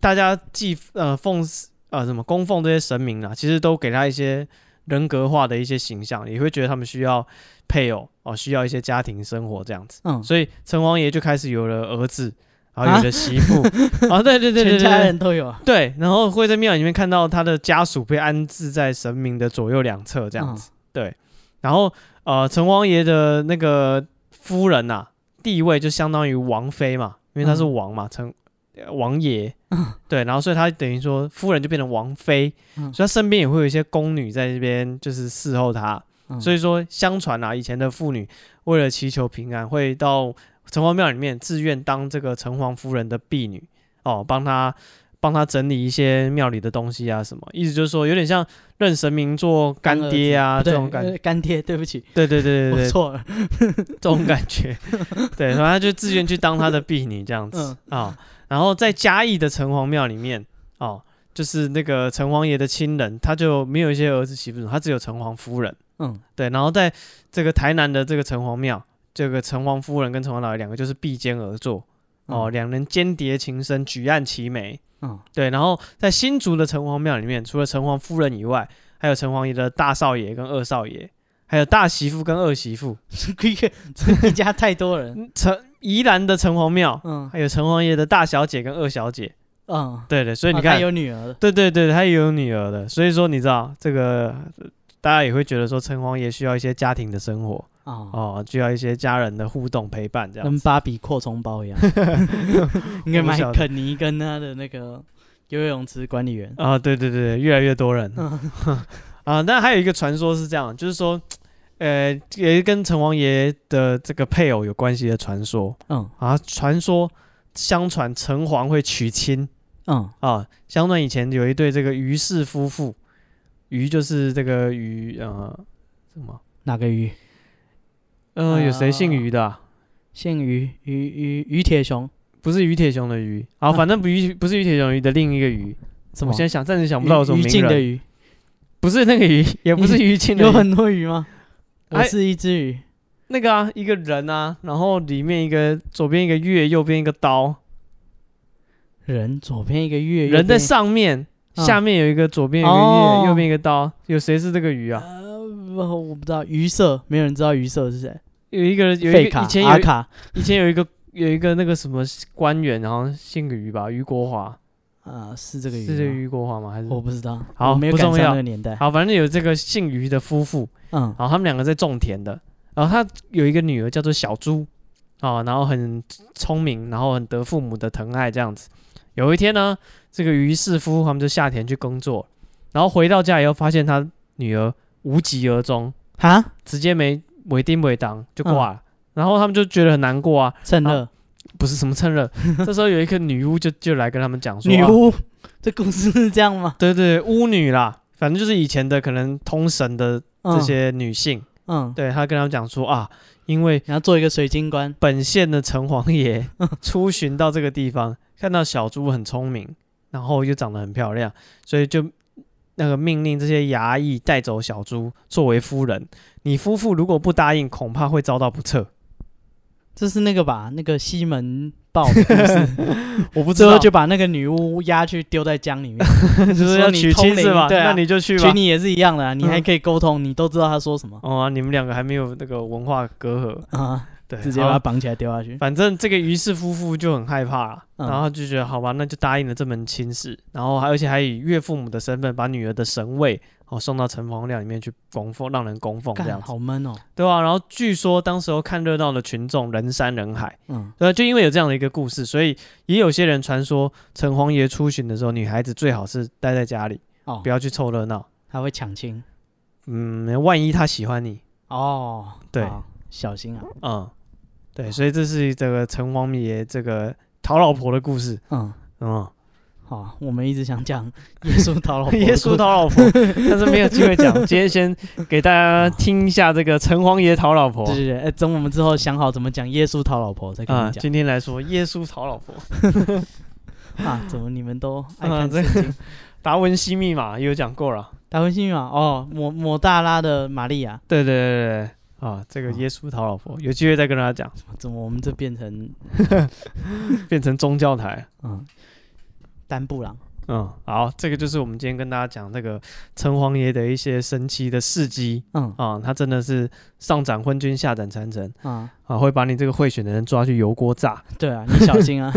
Speaker 1: 大家祭呃奉呃什么供奉这些神明啊，其实都给他一些人格化的一些形象，也会觉得他们需要配偶哦、需要一些家庭生活这样子。
Speaker 2: 嗯，
Speaker 1: 所以城隍爷就开始有了儿子，然后有了媳 妇，啊，对对对对
Speaker 2: 全家
Speaker 1: 对
Speaker 2: 人都有，
Speaker 1: 对，然后会在庙里面看到他的家属被安置在神明的左右两侧这样子。对，然后呃，城隍爷的那个夫人呐、地位就相当于王妃嘛，因为她是
Speaker 2: 嗯
Speaker 1: 王嘛，城、呃王爷。
Speaker 2: 嗯
Speaker 1: 对，然后所以她等于说夫人就变成王妃，
Speaker 2: 嗯
Speaker 1: 所以她身边也会有一些宫女在这边就是伺候她。
Speaker 2: 嗯
Speaker 1: 所以说，相传啊，以前的妇女为了祈求平安，会到城隍庙里面自愿当这个城隍夫人的婢女。哦，帮他帮他整理一些庙里的东西啊什么，意思就是说有点像认神明做
Speaker 2: 干
Speaker 1: 干爹啊
Speaker 2: 儿子
Speaker 1: 这
Speaker 2: 不
Speaker 1: 种
Speaker 2: 对
Speaker 1: 感觉，
Speaker 2: 呃干爹，对不起，
Speaker 1: 对对对对
Speaker 2: 我
Speaker 1: 对，
Speaker 2: 错了。
Speaker 1: 这种感 觉，对，然后他就自愿去当他的婢女这样子啊、
Speaker 2: 嗯
Speaker 1: 然后在嘉义的城隍庙里面哦，就是那个城隍爷的亲人，他就没有一些儿子媳妇什么，他只有城隍夫人。
Speaker 2: 嗯，
Speaker 1: 对，然后在这个台南的这个城隍庙，这个城隍夫人跟城隍老爷两个就是并肩而坐哦，
Speaker 2: 嗯，
Speaker 1: 两人间谍情深，举案齐眉。
Speaker 2: 嗯，
Speaker 1: 对，然后在新竹的城隍庙里面，除了城隍夫人以外，还有城隍爷的大少爷跟二少爷，还有大媳妇跟二媳妇。
Speaker 2: 一个这一家太多人。
Speaker 1: 嗯城宜兰的城隍庙，
Speaker 2: 嗯
Speaker 1: 还有城隍爷的大小姐跟二小姐。
Speaker 2: 嗯，
Speaker 1: 对对，所以
Speaker 2: 啊
Speaker 1: 你看，
Speaker 2: 他有女儿了。
Speaker 1: 对对对，他也有女儿的，所以说你知道这个，呃大家也会觉得说城隍爷需要一些家庭的生活。
Speaker 2: 啊，
Speaker 1: 哦，就要一些家人的互动陪伴这样
Speaker 2: 跟
Speaker 1: 子。
Speaker 2: 芭比扩充 包一样， 应该买肯尼跟他的那个游泳池管理员。
Speaker 1: 啊，对对对，越来越多人
Speaker 2: 嗯
Speaker 1: 啊。那还有一个传说是这样，就是说，呃，也跟城隍爷的这个配偶有关系的传说
Speaker 2: 嗯
Speaker 1: 啊。传说，相传城隍会娶亲
Speaker 2: 嗯
Speaker 1: 啊。相传以前有一对这个于氏夫妇，于就是这个于呃什么
Speaker 2: 哪个鱼？
Speaker 1: 呃，有谁姓
Speaker 2: 啊
Speaker 1: 于的啊、
Speaker 2: 姓于于于于铁雄？
Speaker 1: 不是于铁雄的于啊，反正不于不是于铁雄于的另一个于。
Speaker 2: 什
Speaker 1: 我
Speaker 2: 么？
Speaker 1: 现在想暂时想不到有什么
Speaker 2: 于
Speaker 1: 名
Speaker 2: 于静
Speaker 1: 人
Speaker 2: 的鱼？
Speaker 1: 不是那个 鱼，也不是鱼庆的
Speaker 2: 有
Speaker 1: 鱼，
Speaker 2: 很多鱼吗？我
Speaker 1: 哎
Speaker 2: 是一只鱼。
Speaker 1: 那个啊，一个人啊，然后里面一个左边一个月，右边一个刀，
Speaker 2: 人左边一个月，
Speaker 1: 人在
Speaker 2: 右边
Speaker 1: 上面，
Speaker 2: 嗯
Speaker 1: 下面有一个左边有一个
Speaker 2: 哦
Speaker 1: 月，右边一个刀，有谁是这个鱼啊？
Speaker 2: 呃，我我不知道鱼社，没有人知道鱼社是谁。
Speaker 1: 有一个人有
Speaker 2: 费
Speaker 1: 一个
Speaker 2: 卡
Speaker 1: 以前
Speaker 2: 阿
Speaker 1: 有一
Speaker 2: 卡
Speaker 1: 以前有一个有一个那个什么官员，然后姓于吧，于国华，
Speaker 2: 啊，是这个鱼吗，
Speaker 1: 是这个于国华哦吗？还是
Speaker 2: 我不知道，
Speaker 1: 好
Speaker 2: 我没有
Speaker 1: 不
Speaker 2: 赶
Speaker 1: 重
Speaker 2: 上
Speaker 1: 要
Speaker 2: 那个年代。
Speaker 1: 好，反正有这个姓于的夫妇，
Speaker 2: 嗯
Speaker 1: 然后他们两个在种田的，然后他有一个女儿叫做小猪，啊，然后很聪明，然后很得父母的疼爱这样子。有一天呢，这个于氏夫他们就下田去耕作，然后回到家以后发现他女儿无疾而终，
Speaker 2: 啊，
Speaker 1: 直接没尾丁尾当就挂了。然后他们就觉得很难过啊，
Speaker 2: 趁热
Speaker 1: 不是什么趁 热。这时候有一个女巫就就来跟他们讲说，
Speaker 2: 女
Speaker 1: 啊
Speaker 2: 巫， 这故事是这样吗？
Speaker 1: 对对对巫女啦，反正就是以前的可能通神的这
Speaker 2: 嗯，
Speaker 1: 些女性，
Speaker 2: 嗯，
Speaker 1: 对她跟他们讲说啊，因为
Speaker 2: 你要做一个水晶棺，
Speaker 1: 本县的城隍 爷出巡到这个地方，看到小猪很聪明，然后又长得很漂亮，所以就那个命令这些衙役带走小猪作为夫人。你夫妇如果不答应，恐怕会遭到不测。
Speaker 2: 这是那个吧？那个西门豹的故 事，
Speaker 1: 我不知
Speaker 2: 最后
Speaker 1: 道，
Speaker 2: 就把那个女巫压去丢在江里面，
Speaker 1: 就是要
Speaker 2: 说你
Speaker 1: 娶
Speaker 2: 通
Speaker 1: 亲是
Speaker 2: 灵
Speaker 1: 吧？
Speaker 2: 对啊
Speaker 1: 那你就去吧
Speaker 2: 娶。你也是一样的啊，你还
Speaker 1: 嗯
Speaker 2: 可以沟通，你都知道他说什么
Speaker 1: 哦、啊，你们两个还没有那个文化隔 阂，
Speaker 2: 啊，
Speaker 1: 对，
Speaker 2: 直接
Speaker 1: 好
Speaker 2: 把他绑起来丢下 去。
Speaker 1: 反正这个于氏夫妇就很害怕了，
Speaker 2: 嗯
Speaker 1: 然后就觉得好吧，那就答应了这门亲事，然后还而且还以岳父母的身份把女儿的神位哦送到城隍庙里面去供奉，让人供奉这样
Speaker 2: 干，
Speaker 1: 子，
Speaker 2: 好闷哦。
Speaker 1: 对啊？然后据说当时候看热闹的群众人山人海，
Speaker 2: 嗯，
Speaker 1: 对啊，就因为有这样的一个故事，所以也有些人传说城隍爷出巡的时候，女孩子最好是待在家里，
Speaker 2: 哦
Speaker 1: 不，要去凑热闹，
Speaker 2: 他会抢亲。
Speaker 1: 嗯，万一他喜欢你，
Speaker 2: 哦，
Speaker 1: 对
Speaker 2: 好，小心啊，
Speaker 1: 嗯，对，所以这是这个城隍爷这个讨老婆的故事，
Speaker 2: 嗯，
Speaker 1: 嗯。
Speaker 2: 好，我们一直想讲 耶稣讨老 婆，
Speaker 1: 耶稣，讨老婆，但是没有机会讲。今天先给大家听一下这个城隍爷讨老 婆
Speaker 2: 对对对，哎等我们之后想好怎么讲耶稣讨老婆再跟
Speaker 1: 啊。
Speaker 2: 你讲
Speaker 1: 今天来说耶稣讨老婆，
Speaker 2: 啊，怎么你们都 爱
Speaker 1: 啊
Speaker 2: 看
Speaker 1: 这
Speaker 2: 圣经？
Speaker 1: 达文西密码也有讲过了。
Speaker 2: 达文西密码哦，抹抹大拉的玛利亚，
Speaker 1: 对对对对对，啊，这个耶稣讨老婆，有机会再跟大家讲，
Speaker 2: 怎么我们这变
Speaker 1: 嗯
Speaker 2: 成
Speaker 1: 变成宗教台。
Speaker 2: 嗯丹布朗？
Speaker 1: 嗯，好，这个就是我们今天跟大家讲这个城隍爷的一些神奇的事迹
Speaker 2: 嗯
Speaker 1: 啊，他真的是上斩昏君，下斩残臣
Speaker 2: 啊，
Speaker 1: 啊，会把你这个贿选的人抓去油锅炸。
Speaker 2: 对啊，你 小心啊，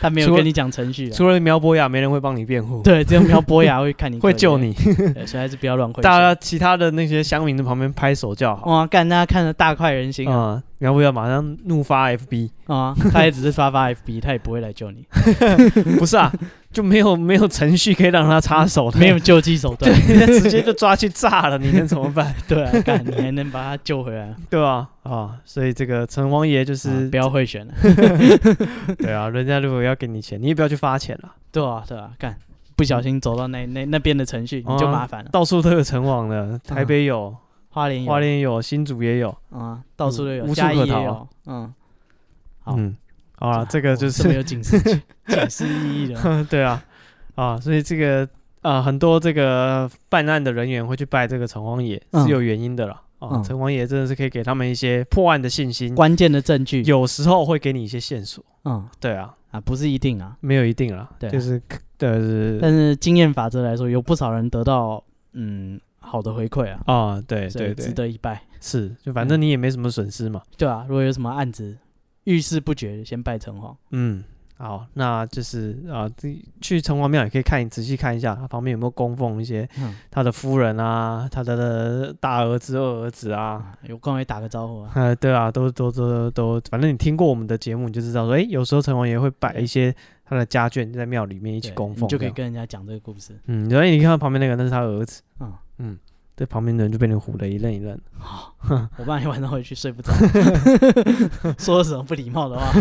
Speaker 2: 他没有
Speaker 1: 除了
Speaker 2: 跟你讲程序啊。
Speaker 1: 除了苗博雅，没人会帮你辩护，
Speaker 2: 对，只有苗博雅会看你，啊
Speaker 1: 会救，你。
Speaker 2: 对所以还是不要乱挥手。
Speaker 1: 大家其他的那些乡民在旁边拍手叫好。
Speaker 2: 哇，干，大家看着大快人心啊！
Speaker 1: 哦啊、然后不要马上怒发 FB？
Speaker 2: 啊，他也只是发发 FB，他也不会来救你。
Speaker 1: 不是啊，就没有没有程序可以让他插手的，
Speaker 2: 没有救济手段，
Speaker 1: 那 直接就抓去炸了，你能怎么办？
Speaker 2: 对啊，干你还能把他救回来啊，
Speaker 1: 对吧、啊？所以这个城隍爷 就是、
Speaker 2: 不要贿选了，
Speaker 1: 啊
Speaker 2: 啊
Speaker 1: 对啊，人家如果要给你钱，你也不要去发钱了，
Speaker 2: 对啊，对啊，干不小心走到那那那边的程序，你就
Speaker 1: 啊
Speaker 2: 麻烦 了。
Speaker 1: 到处都有城隍的，台北有，
Speaker 2: 花莲有
Speaker 1: 花莲有，新竹也有，
Speaker 2: 啊，到处都
Speaker 1: 嗯
Speaker 2: 有，
Speaker 1: 无处
Speaker 2: 嘉义
Speaker 1: 可
Speaker 2: 也
Speaker 1: 逃啊
Speaker 2: 有，嗯，好
Speaker 1: 嗯，好啊，
Speaker 2: 啊
Speaker 1: 这个就
Speaker 2: 哇这么
Speaker 1: 是
Speaker 2: 有警 示警示意义的
Speaker 1: 对啊，啊，所以这个啊，很多这个办案的人员会去拜这个城隍爷
Speaker 2: 嗯
Speaker 1: 是有原因的啦。啊，
Speaker 2: 嗯
Speaker 1: 城隍爷真的是可以给他们一些破案的信心，
Speaker 2: 关键的证据，
Speaker 1: 有时候会给你一些线索。
Speaker 2: 嗯
Speaker 1: 对啊，
Speaker 2: 啊，不是一定啊，
Speaker 1: 没有一定啦，
Speaker 2: 对啊
Speaker 1: 就是就是
Speaker 2: 但是经验法则来说，有不少人得到嗯好的回馈啊，
Speaker 1: 啊，对
Speaker 2: 所以
Speaker 1: 对
Speaker 2: 值
Speaker 1: 对，
Speaker 2: 得嗯一拜，
Speaker 1: 是，就反正你也没什么损失嘛。
Speaker 2: 对啊，如果有什么案子遇事不决，先拜城隍，
Speaker 1: 嗯，好，那就是啊，这去城隍庙也可以看，仔细看一下，它啊旁边有没有供奉一些
Speaker 2: 嗯
Speaker 1: 他的夫人啊，他的大儿子、二儿子啊。
Speaker 2: 啊，有空会打个招呼啊，
Speaker 1: 呃，对啊，都都都都，反正你听过我们的节目，你就知道说，哎，有时候城隍爷会摆一些他的家眷在庙里 面一
Speaker 2: 一
Speaker 1: 起供奉，
Speaker 2: 就可以。跟人家讲这个故事，
Speaker 1: 嗯，所以你看到旁边那个，那是他儿子，
Speaker 2: 嗯，
Speaker 1: 对，旁边的人就被你唬得一愣一愣。
Speaker 2: 我怕你晚上回去睡 不着，说了什么不礼貌的话，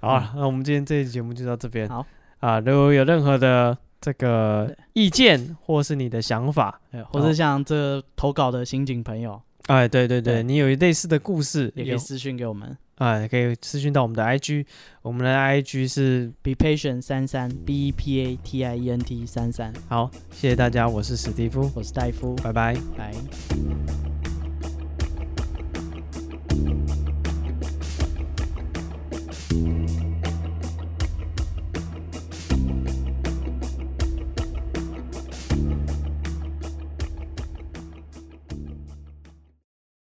Speaker 1: 好啊，那我们今天这期节目就到这边。
Speaker 2: 嗯好
Speaker 1: 啊，如果有任何的这个意见或是你的想法，
Speaker 2: 哎或者像这投稿的刑警朋友，
Speaker 1: 哎，对对对，
Speaker 2: 对
Speaker 1: 你有类似的故事，
Speaker 2: 也可以私讯给我们
Speaker 1: 哎，可以私讯到我们的 IG，我们的 IG 是
Speaker 2: ，be patient 三三 b e p a t i e n t 三三，
Speaker 1: 好，谢谢大家，我是史蒂夫，
Speaker 2: 我是戴夫，
Speaker 1: 拜拜。
Speaker 2: 拜。